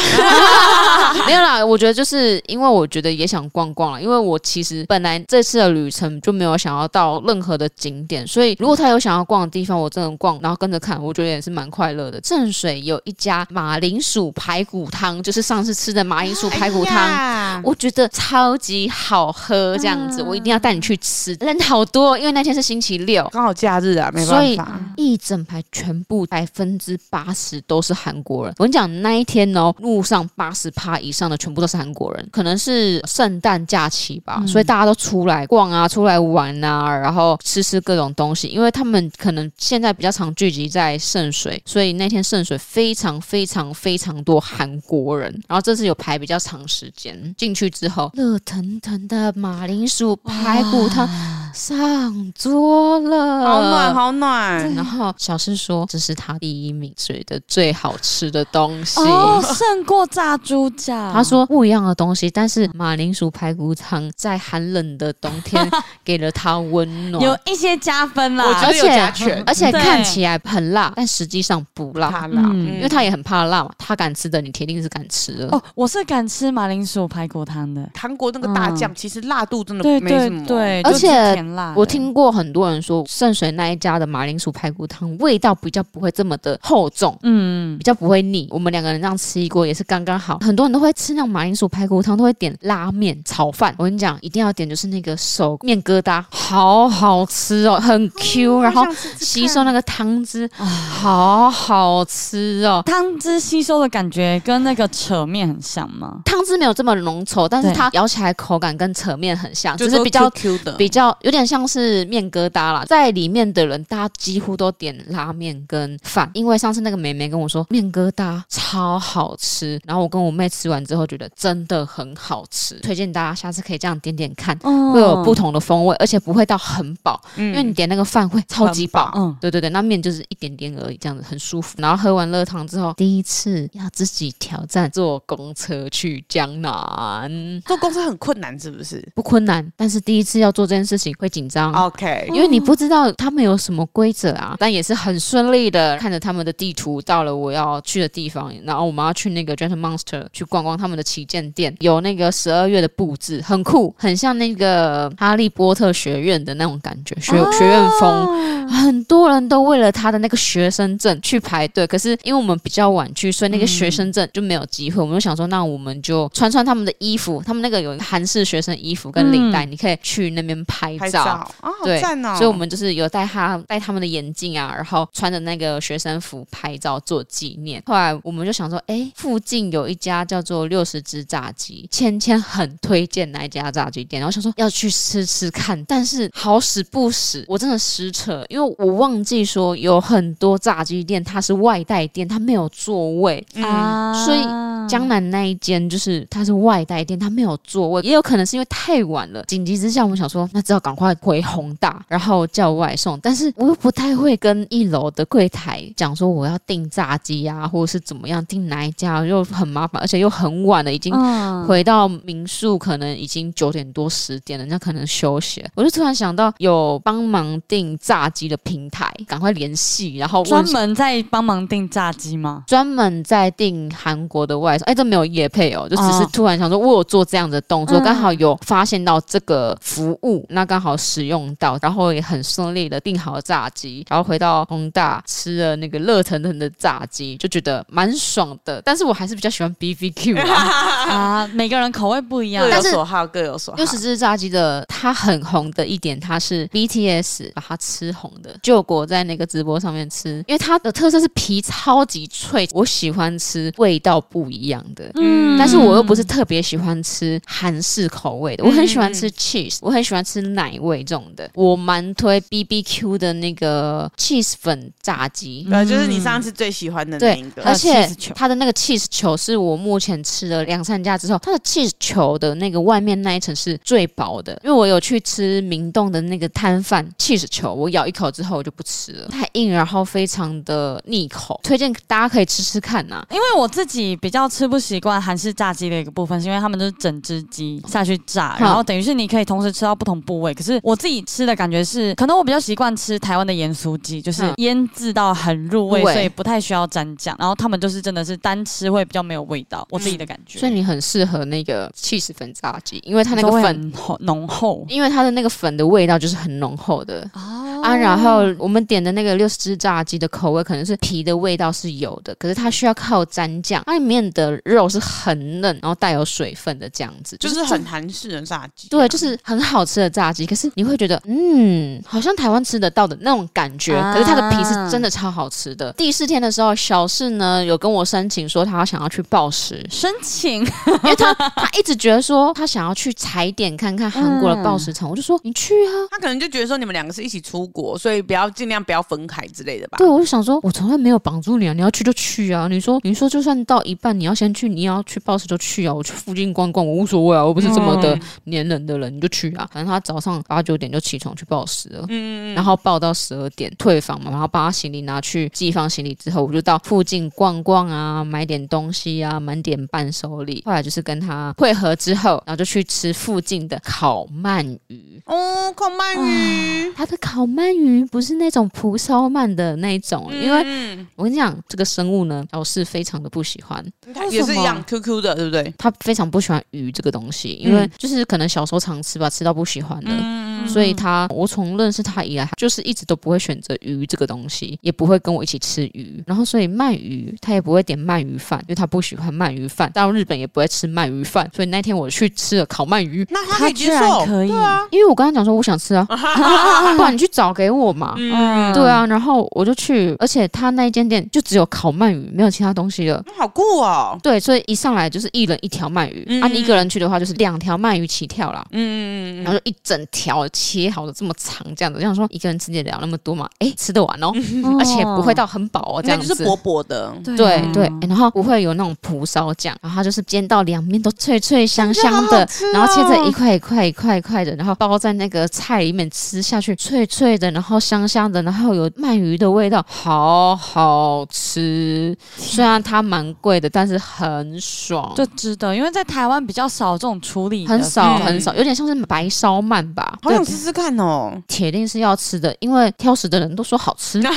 [SPEAKER 2] 没有啦，我觉得就是因为我觉得也想逛逛了，因为我其实本来这次的旅程就没有想要到任何的景点，所以如果他有想要逛的地方，我真的逛，然后跟着看，我觉得也是蛮快乐的。正水有一家马铃薯排骨汤，就是上次吃的马铃薯排骨汤。
[SPEAKER 3] 哎呀
[SPEAKER 2] 我觉得超级好喝，这样子、我一定要带你去吃。人好多，因为那天是星期六，
[SPEAKER 3] 刚好假日啊，没
[SPEAKER 2] 所以
[SPEAKER 3] 办法。
[SPEAKER 2] 一整排全部百分之八十都是韩国人。我跟你讲，那一天哦，路上八十趴以上的全部都是韩国人，可能是圣诞假期吧，
[SPEAKER 3] 嗯
[SPEAKER 2] 所以大家都出来逛啊，出来玩啊，然后吃吃各种东西，因为他们可能现在比较常聚集在圣水，所以那天圣水非常非常非常多韩国人。然后这次有排比较长时间，进去之后热腾腾的马铃薯排骨汤上桌了，
[SPEAKER 3] 好暖，好暖。
[SPEAKER 2] 然后小诗说这是他第一名觉得最好吃的东西。
[SPEAKER 1] 哦，胜过炸猪脚。
[SPEAKER 2] 他说不一样的东西，但是马铃薯排骨汤在寒冷的冬 天给了他温暖，
[SPEAKER 1] 有一些加分啦，
[SPEAKER 3] 我觉
[SPEAKER 2] 而
[SPEAKER 3] 得啊有
[SPEAKER 2] 且
[SPEAKER 3] 加权
[SPEAKER 2] 而且
[SPEAKER 1] 对
[SPEAKER 2] 看起来很辣，但实际上不辣，
[SPEAKER 3] 啦
[SPEAKER 1] 嗯
[SPEAKER 2] 因为他也很怕辣嘛。他敢吃的，你铁定是敢吃的。
[SPEAKER 1] 哦，我是敢吃马铃薯排骨汤的，
[SPEAKER 3] 韩国那个
[SPEAKER 2] 嗯
[SPEAKER 3] 大酱，其实辣度真的
[SPEAKER 1] 对
[SPEAKER 3] 嗯没
[SPEAKER 1] 对
[SPEAKER 3] 什么。
[SPEAKER 1] 对，
[SPEAKER 2] 而
[SPEAKER 1] 就是
[SPEAKER 2] 且
[SPEAKER 1] 甜辣的。
[SPEAKER 2] 我听过很多人说，圣水那一家的马铃薯排骨汤味道比较不会这么的厚重，
[SPEAKER 1] 嗯，
[SPEAKER 2] 比较不会腻。我们两个人这样吃一锅也是刚刚好。很多人都会吃那种马铃薯排骨汤，都会点拉面、炒饭。我跟你讲，一定要点就是那个手面疙瘩，好好吃哦，很 Q，、然后吸收那个汤汁，好好吃哦。
[SPEAKER 1] 汤汁吸收的感觉跟那个扯面很像吗？
[SPEAKER 2] 汤汁没有这么浓稠，但是
[SPEAKER 1] 对
[SPEAKER 2] 它咬起来口感跟扯面很像，
[SPEAKER 3] 就
[SPEAKER 2] 只是比较
[SPEAKER 3] Q 的，
[SPEAKER 2] 比较有点像是面疙瘩啦，在里面的人大家几乎都点拉面跟饭，因为上次那个妹妹跟我说面疙瘩超好吃，然后我跟我妹吃完之后觉得真的很好吃，推荐大家下次可以这样点点看，会
[SPEAKER 1] 会
[SPEAKER 2] 哦有不同的风味，而且不会到很饱，因为你点那个饭会超级饱。
[SPEAKER 1] 嗯，
[SPEAKER 2] 对对对，那面就是一点点而已，这样子很舒服。然后喝完热汤之后，第一次要自己挑战坐公车去江南，
[SPEAKER 3] 做公司很困难，是不是
[SPEAKER 2] 不困难，但是第一次要做这件事情会紧张。
[SPEAKER 3] ？OK，
[SPEAKER 2] 因为你不知道他们有什么规则啊，但也是很顺利的看着他们的地图到了我要去的地方，然后我们要去那个 Gentle Monster 去逛逛他们的旗舰店，有那个十二月的布置，很酷，很像那个哈利波特学院的那种感觉，学、
[SPEAKER 3] 哦
[SPEAKER 2] 学院风。很多人都为了他的那个学生证去排队，可是因为我们比较晚去，所以那个学
[SPEAKER 3] 嗯
[SPEAKER 2] 生证就没有机会。我们就想说，那我们就穿穿他们的衣服，他们那个有韩式学生衣服跟领带，你可以去那边
[SPEAKER 3] 嗯拍照啊，好
[SPEAKER 2] 对
[SPEAKER 3] 赞哦！
[SPEAKER 2] 所以我们就是有戴他戴他们的眼镜啊，然后穿着那个学生服拍照做纪念。后来我们就想说，哎，附近有一家叫做六十只炸鸡，芊芊很推荐那一家炸鸡店，然后想说要去吃吃看，但是好死不死，我真的失策，因为我忘记说有很多炸鸡店它是外带店，它没有座位，
[SPEAKER 3] 嗯，
[SPEAKER 1] 啊
[SPEAKER 2] 所以江南那一间就是它是外带店，它没有座位，也有可能是因为太晚了，紧急之下我们想说，那只好赶快回宏大，然后叫外送。但是我又不太会跟一楼的柜台讲说我要订炸鸡啊，或者是怎么样订哪一家，又很麻烦，而且又很晚了，已经
[SPEAKER 1] 嗯
[SPEAKER 2] 回到民宿可能已经九点多十点了，人家可能休息了。我就突然想到有帮忙订炸鸡的平台，赶快联系，然后问
[SPEAKER 1] 专门在帮忙订炸鸡吗？
[SPEAKER 2] 专门在订韩国的外送，哎、这没有业配哦，就只是
[SPEAKER 1] 哦
[SPEAKER 2] 突然想说，我有做这样的动作，
[SPEAKER 1] 嗯
[SPEAKER 2] 刚、好有发现到这个服务，那刚好使用到，然后也很顺利的订好炸鸡，然后回到宏大吃了那个热腾腾的炸鸡，就觉得蛮爽的。但是我还是比较喜欢 B B Q 啊，
[SPEAKER 1] 啊，每个人口味不一样
[SPEAKER 3] 各，有
[SPEAKER 2] 但是
[SPEAKER 3] 所好，各有所好
[SPEAKER 2] 六。十只炸鸡的它很红的一点，它是 BTS 把它吃红的，救国在那个直播上面吃，因为它的特色是皮超级脆，我喜欢吃味道不一样的。
[SPEAKER 1] 嗯嗯
[SPEAKER 2] 但是我又不是特别喜欢吃韩式口味的，我很喜欢吃 cheese，我很喜欢吃奶味这种的。我蛮推 B B Q 的那个 cheese 粉炸鸡，
[SPEAKER 3] 对，啊就是你上次最喜欢的
[SPEAKER 2] 嗯
[SPEAKER 3] 那
[SPEAKER 2] 对
[SPEAKER 3] 一，个，呃
[SPEAKER 1] 还
[SPEAKER 2] 而
[SPEAKER 1] 有嗯
[SPEAKER 2] 且
[SPEAKER 1] 呃 cheese 球
[SPEAKER 2] 它的那个 cheese 球是我目前吃了两三家之后，它的 cheese 球的那个外面那一层是最薄的，因为我有去吃明洞的那个摊贩 cheese 球，我咬一口之后我就不吃了，太硬，然后非常的腻口，推荐大家可以吃吃看啊呐、
[SPEAKER 1] 因为我自己比较吃不习惯韩式炸鸡的一个部分，是因为他们都是整只鸡下去炸，
[SPEAKER 2] 嗯
[SPEAKER 1] 然后等于是你可以同时吃到不同部位。可是我自己吃的感觉是，可能我比较习惯吃台湾的盐酥鸡，就是
[SPEAKER 2] 嗯
[SPEAKER 1] 腌制到很入味，
[SPEAKER 2] 入味
[SPEAKER 1] 所以不太需要沾酱。然后他们就是真的是单吃会比较没有味道，我自己的感觉。
[SPEAKER 2] 所以你很适合那个 cheese 粉炸鸡，因为它那个
[SPEAKER 1] 都会
[SPEAKER 2] 粉嗯
[SPEAKER 1] 很厚浓厚
[SPEAKER 2] 因为它的那个粉的味道就是很浓厚的。
[SPEAKER 1] 啊
[SPEAKER 3] 哦
[SPEAKER 2] 啊，然后我们点的那个六十只炸鸡的口味，可能是皮的味道是有的，可是它需要靠蘸酱，它里面的肉是很嫩，然后带有水分的这样子，
[SPEAKER 3] 就是很韩式的炸鸡啊，
[SPEAKER 2] 对，就是很好吃的炸鸡，可是你会觉得，嗯，好像台湾吃得到的那种感觉。
[SPEAKER 1] 啊，
[SPEAKER 2] 可是它的皮是真的超好吃的。第四天的时候，小四呢有跟我申请说他想要去暴食
[SPEAKER 1] 申请
[SPEAKER 2] 因为他 他一直觉得说他想要去踩点看看韩
[SPEAKER 3] 嗯
[SPEAKER 2] 国的暴食场，我就说你去啊。
[SPEAKER 3] 他可能就觉得说你们两个是一起出国，所以不要尽量不要分开之类的吧。
[SPEAKER 2] 对，我就想说，我从来没有绑住你啊，你要去就去啊。你说，你说，就算到一半你要先去，你也要去报时就去啊，我去附近逛逛，我无所谓啊，我不是这么的黏人的人，你就去啊。反正他早上八九点就起床去报时了，然后报到十二点退房嘛，然后把他行李拿去寄放行李之后，我就到附近逛逛啊，买点东西啊，买点伴手礼。后来就是跟他会合之后，然后就去吃附近的烤鳗鱼。
[SPEAKER 3] 哦，烤鳗鱼，
[SPEAKER 2] 它的烤鳗鱼不是那种蒲烧鳗的那一种，哦因为
[SPEAKER 3] 嗯
[SPEAKER 2] 我跟你讲，这个生物呢，老师非常的不喜欢，
[SPEAKER 3] 它嗯也是一样 QQ 的，对不对？
[SPEAKER 2] 他非常不喜欢鱼这个东西，因为
[SPEAKER 3] 嗯
[SPEAKER 2] 就是可能小时候常吃吧，吃到不喜欢了。
[SPEAKER 3] 嗯，
[SPEAKER 2] 所以他，我从认识他以来，就是一直都不会选择鱼这个东西，也不会跟我一起吃鱼。然后，所以鳗鱼他也不会点鳗鱼饭，因为他不喜欢鳗鱼饭。到日本也不会吃鳗鱼饭，所以那天我去吃了烤鳗鱼，
[SPEAKER 3] 那他可以
[SPEAKER 1] 居
[SPEAKER 3] 接
[SPEAKER 1] 然
[SPEAKER 3] 受，
[SPEAKER 1] 可以，
[SPEAKER 2] 啊 因为我跟他讲说我想吃啊，不然你去找给我嘛。
[SPEAKER 3] 嗯，
[SPEAKER 2] 对啊，然后我就去，而且他那一间店就只有烤鳗鱼，没有其他东西了。
[SPEAKER 3] 嗯好酷哦。
[SPEAKER 2] 对，所以一上来就是一人一条鳗鱼，啊，你一个人去的话就是两条鳗鱼起跳啦。
[SPEAKER 3] 嗯嗯嗯
[SPEAKER 2] 然后就一整条切好的这么长，这样子，就想说一个人吃得了那么多嘛？哎，吃得完哦，
[SPEAKER 1] 嗯
[SPEAKER 2] 而且不会到很饱哦，
[SPEAKER 3] 嗯，
[SPEAKER 2] 这
[SPEAKER 3] 那
[SPEAKER 2] 样
[SPEAKER 3] 就
[SPEAKER 2] 子。
[SPEAKER 3] 是薄薄的，
[SPEAKER 2] 对
[SPEAKER 1] 啊
[SPEAKER 2] 对、诶然后不会有那种蒲烧酱，然后它就是煎到两面都脆脆香香的，然后切
[SPEAKER 3] 哦
[SPEAKER 2] 成一块一块一块一块的，然后包在那个菜里面吃下去，脆脆的，然后香香的，然后有鳗鱼的味道，好好吃。虽然它蛮贵的，但是很爽，
[SPEAKER 1] 就值得，因为在台湾比较少这种处理的
[SPEAKER 2] 很少
[SPEAKER 1] 方
[SPEAKER 3] 嗯
[SPEAKER 1] 法
[SPEAKER 2] 很少，有点像是白烧鳗吧。
[SPEAKER 3] 好
[SPEAKER 2] 对
[SPEAKER 3] 想试试看哦。
[SPEAKER 2] 铁定是要吃的，因为挑食的人都说好吃，他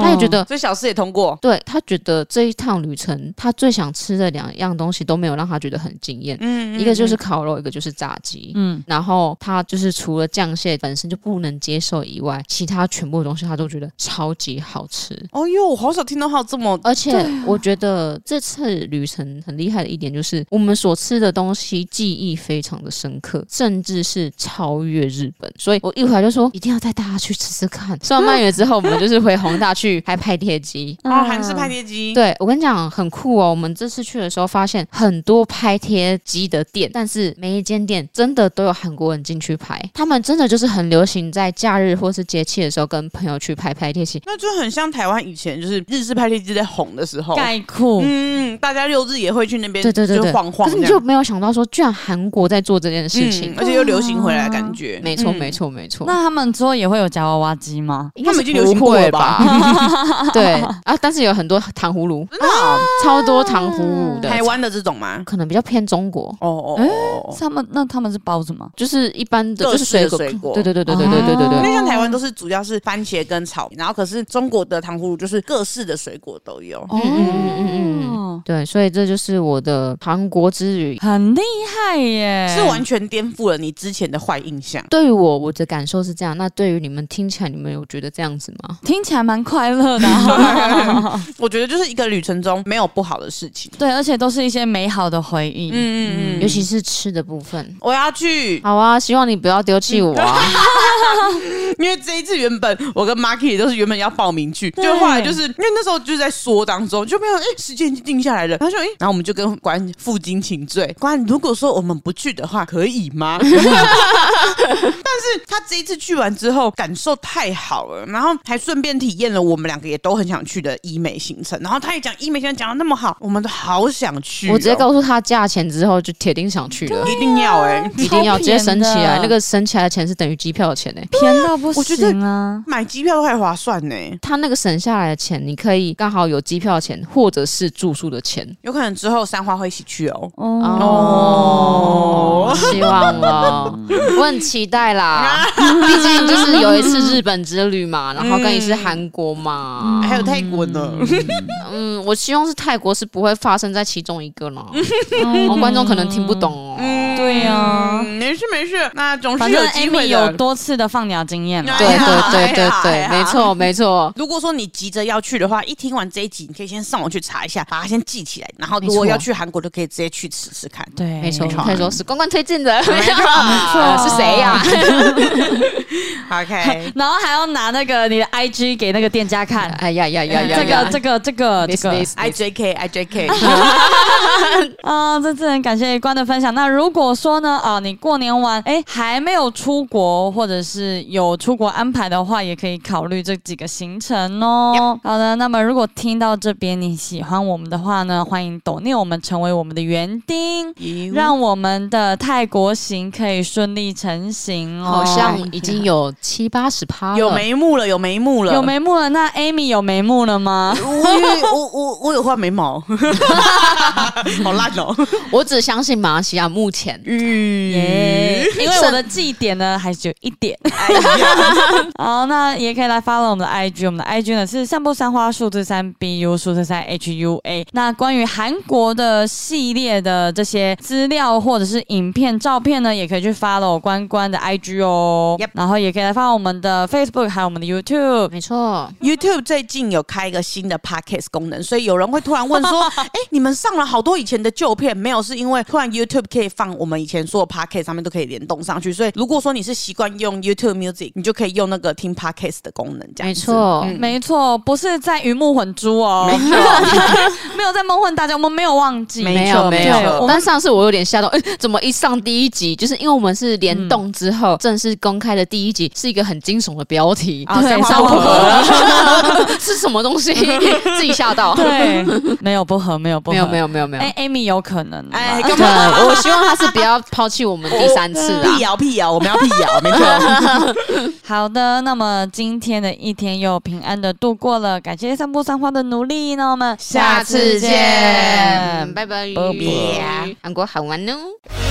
[SPEAKER 1] 他
[SPEAKER 2] 也觉得。
[SPEAKER 3] 所以小事也通过。
[SPEAKER 2] 对他觉得这一趟旅程，他最想吃的两样东西都没有让他觉得很惊艳，
[SPEAKER 3] 嗯
[SPEAKER 2] 一个就是烤肉，一个就是炸鸡。
[SPEAKER 1] 嗯，
[SPEAKER 2] 然后他就是除了酱蟹本身就不能接受以外，其他全部的东西他都觉得超级好吃。
[SPEAKER 3] 哦哟，我好少听到他有这么
[SPEAKER 2] 而且我觉得这次旅程很厉害的一点就是，我们所吃的东西记忆非常的深刻，甚至是超越日本。所以我一回来就说，一定要带大家去吃吃 看。吃完鳗鱼之后，我们就是回宏大去拍拍贴 机。
[SPEAKER 3] 哦，韩式拍贴机，
[SPEAKER 2] 对我跟你讲，很酷哦！我们这次去的时候发现很多拍贴机的店，但是每一间店真的都有韩国人进去拍，他们真的就是很流行在假日或是节气的时候跟朋友去拍拍贴机。
[SPEAKER 3] 那就很像台湾以前就是日式拍贴机在红的时候，
[SPEAKER 1] 概括，
[SPEAKER 3] 嗯，大家六日也会去那边，
[SPEAKER 2] 对对对对
[SPEAKER 3] 就晃晃
[SPEAKER 2] 可
[SPEAKER 3] 这
[SPEAKER 2] 是
[SPEAKER 3] 样，
[SPEAKER 2] 你就没有想到说，居然韩国在做这件事情。
[SPEAKER 3] 嗯，而且又流行回来的感觉，
[SPEAKER 2] 没错，
[SPEAKER 3] 嗯
[SPEAKER 2] 没。错，没错。
[SPEAKER 1] 那他们之后也会有夹娃娃机吗？
[SPEAKER 2] 应该
[SPEAKER 3] 他
[SPEAKER 2] 是
[SPEAKER 3] 们已经流行过了吧
[SPEAKER 2] 不会吧？对啊，但是有很多糖葫芦，
[SPEAKER 3] 真的啊，
[SPEAKER 2] 超多糖葫芦的，
[SPEAKER 3] 台湾的这种吗？
[SPEAKER 2] 可能比较偏中国。
[SPEAKER 3] 哦哦哦，
[SPEAKER 1] 他们那他们是包子吗？
[SPEAKER 2] 就是一般的，
[SPEAKER 3] 各
[SPEAKER 2] 就是
[SPEAKER 3] 式
[SPEAKER 2] 水
[SPEAKER 3] 的
[SPEAKER 2] 果，
[SPEAKER 3] 水果
[SPEAKER 2] 对对对对对对对对
[SPEAKER 3] 因
[SPEAKER 2] 对
[SPEAKER 1] 哦
[SPEAKER 3] 为像台湾都是主要是番茄跟草莓，然后可是中国的糖葫芦就是各式的水果都有。
[SPEAKER 1] 哦
[SPEAKER 2] 嗯嗯嗯嗯对，所以这就是我的韩国之旅。
[SPEAKER 1] 很厉害
[SPEAKER 2] 嗯
[SPEAKER 1] 耶！
[SPEAKER 3] 是完全颠覆了你之前的坏印象。
[SPEAKER 2] 对于我，我的感受是这样。那对于你们听起来，你们有觉得这样子吗？
[SPEAKER 1] 听起来蛮快乐的 啊、
[SPEAKER 3] 我觉得就是一个旅程中没有不好的事情。
[SPEAKER 1] 对，而且都是一些美好的回忆。
[SPEAKER 3] 嗯嗯嗯，
[SPEAKER 2] 尤其是吃的部分。
[SPEAKER 3] 我要去，
[SPEAKER 2] 好啊，希望你不要丢弃我啊！
[SPEAKER 3] 因为这一次原本我跟 Marky 也都是原本要报名去，就后来就是因为那时候就是在说当中就没有哎、时间已经定下来了，然后就哎、然后我们就跟关负荆请罪，关如果说我们不去的话可以吗？ 但是他这一次去完之后感受太好了，然后还顺便体验了我们两个也都很想去的医美行程，然后他也讲医美行程讲的那么好，我们都好想去哦、
[SPEAKER 2] 我直接告诉他价钱之后，就铁定想去了，
[SPEAKER 3] 一定要哎、
[SPEAKER 2] 一定要
[SPEAKER 1] 超
[SPEAKER 2] 直接
[SPEAKER 1] 便
[SPEAKER 2] 省起来。
[SPEAKER 1] 的
[SPEAKER 2] 那个省起来的钱是等于机票的钱呢、欸
[SPEAKER 1] 甜到不
[SPEAKER 3] 我觉得
[SPEAKER 1] 行啊！
[SPEAKER 3] 买机票都还划算呢、
[SPEAKER 2] 他那个省下来的钱，你可以刚好有机票钱，或者是住宿的钱
[SPEAKER 3] 有可能之后三花会一起去哦。
[SPEAKER 2] 哦。希望哦，我很期待 啦。毕竟就是有一次日本之旅嘛，然后跟一次韩国嘛，
[SPEAKER 3] 还有泰国呢，
[SPEAKER 2] 嗯，我希望是泰国是不会发生在其中一个啦。我观众可能听不懂哦。
[SPEAKER 1] 对啊
[SPEAKER 3] 嗯没事没事，那总
[SPEAKER 1] 反
[SPEAKER 3] 是有
[SPEAKER 1] 正
[SPEAKER 3] 机
[SPEAKER 1] Amy
[SPEAKER 3] 会
[SPEAKER 1] 有
[SPEAKER 3] 的。
[SPEAKER 1] 多次的放鸟经验嘛，
[SPEAKER 2] 对
[SPEAKER 3] 哎呀
[SPEAKER 2] 对对对
[SPEAKER 3] 哎
[SPEAKER 2] 对，
[SPEAKER 3] 呀
[SPEAKER 2] 没错没错。
[SPEAKER 3] 如果说你急着要去的话，一听完这一集，你可以先上网去查一下，把它先记起来。然后如
[SPEAKER 2] 没错
[SPEAKER 3] 果要去韩国，就可以直接去吃吃看。啊
[SPEAKER 1] 对，
[SPEAKER 2] 哎没错，
[SPEAKER 3] 没错
[SPEAKER 2] 可以说是关关推荐的，没错，
[SPEAKER 1] 错
[SPEAKER 2] 是谁 呀？
[SPEAKER 3] 啊，OK，
[SPEAKER 1] 然后还要拿那个你的 IG 给那个店家看，
[SPEAKER 2] 哎呀呀呀 呀！
[SPEAKER 1] 这个这个这个这
[SPEAKER 2] 这
[SPEAKER 1] 个
[SPEAKER 2] 个，
[SPEAKER 3] I J K I J K，
[SPEAKER 1] 啊、这次很感谢关的分享。那如果说呢，啊、你过年完哎还没有出国，或者是有出国安排的话，也可以考虑这几个行程哦。好的，那么如果听到这边你喜欢我们的话呢，欢迎抖念我们成为我们的园丁。让我们的泰国行可以顺利成行哦，
[SPEAKER 2] 好像已经有七八十趴了，
[SPEAKER 3] 有眉目了，有眉目了，
[SPEAKER 1] 有。眉目了。那 Amy 有眉目了吗？
[SPEAKER 3] 我有我我我有画 眉毛，好烂哦。
[SPEAKER 2] 我只相信马来西亚目前。
[SPEAKER 1] 耶
[SPEAKER 3] 耶，
[SPEAKER 1] 因为我的绩点呢还只有一点。
[SPEAKER 3] 哎
[SPEAKER 1] 好，那也可以来 follow 我们的 IG，我们的 IG 呢是散步三花数字三 BU 数字三 HUA。那关于韩国的系列的这些资料或者是影片、照片呢，也可以去 follow 关关的 IG 哦。
[SPEAKER 3] Yep
[SPEAKER 1] 然后也可以来 follow 我们的 Facebook 还有我们的 YouTube。
[SPEAKER 2] 没错，
[SPEAKER 3] YouTube 最近有开一个新的 Podcast 功 能，所以有人会突然问说：“哎、你们上了好多以前的旧片，没有？是因为突然 YouTube 可以放我们们以前所有 podcast 上面都可以联动上去。所以如果说你是习惯用 YouTube Music，你就可以用那个听 podcast 的功能，这样
[SPEAKER 2] 没
[SPEAKER 3] 子。嗯
[SPEAKER 2] 错，
[SPEAKER 1] 嗯没错，不是在鱼目混珠哦，没有 没有在蒙混大家，我们没有忘记，
[SPEAKER 3] 没
[SPEAKER 2] 没
[SPEAKER 3] 错
[SPEAKER 2] 有
[SPEAKER 3] 没
[SPEAKER 2] 没
[SPEAKER 3] 错
[SPEAKER 1] 我
[SPEAKER 2] 有，
[SPEAKER 1] 们
[SPEAKER 2] 但上次我有点吓到，哎、怎么一上第一集，就是因为我们是
[SPEAKER 3] 嗯
[SPEAKER 2] 联动之后、正式公开的第一集，是一个很惊悚的标题，
[SPEAKER 3] 啊，
[SPEAKER 1] 对
[SPEAKER 3] 三花
[SPEAKER 1] 三
[SPEAKER 3] 薄
[SPEAKER 1] 花薄
[SPEAKER 3] 荷。
[SPEAKER 2] 是什么东西？自己吓到。
[SPEAKER 1] 对，没有不合，没有不合，
[SPEAKER 2] 没有没有没有没有。
[SPEAKER 1] 哎、a m y 有可能，
[SPEAKER 3] 哎
[SPEAKER 1] 哎，
[SPEAKER 3] 干
[SPEAKER 2] 对
[SPEAKER 3] 嘛，
[SPEAKER 2] 我希望他是不要抛弃我们第三次
[SPEAKER 3] 辟
[SPEAKER 2] 啊。
[SPEAKER 3] 谣辟哦谣，我们要辟谣，没错。
[SPEAKER 1] 好的，那么今天的一天又平安的度过了，感谢散步散花的努力，那我们
[SPEAKER 2] 下次见，
[SPEAKER 1] 拜
[SPEAKER 2] 拜拜
[SPEAKER 1] 拜拜。
[SPEAKER 3] 啊
[SPEAKER 2] 韩国好玩哦。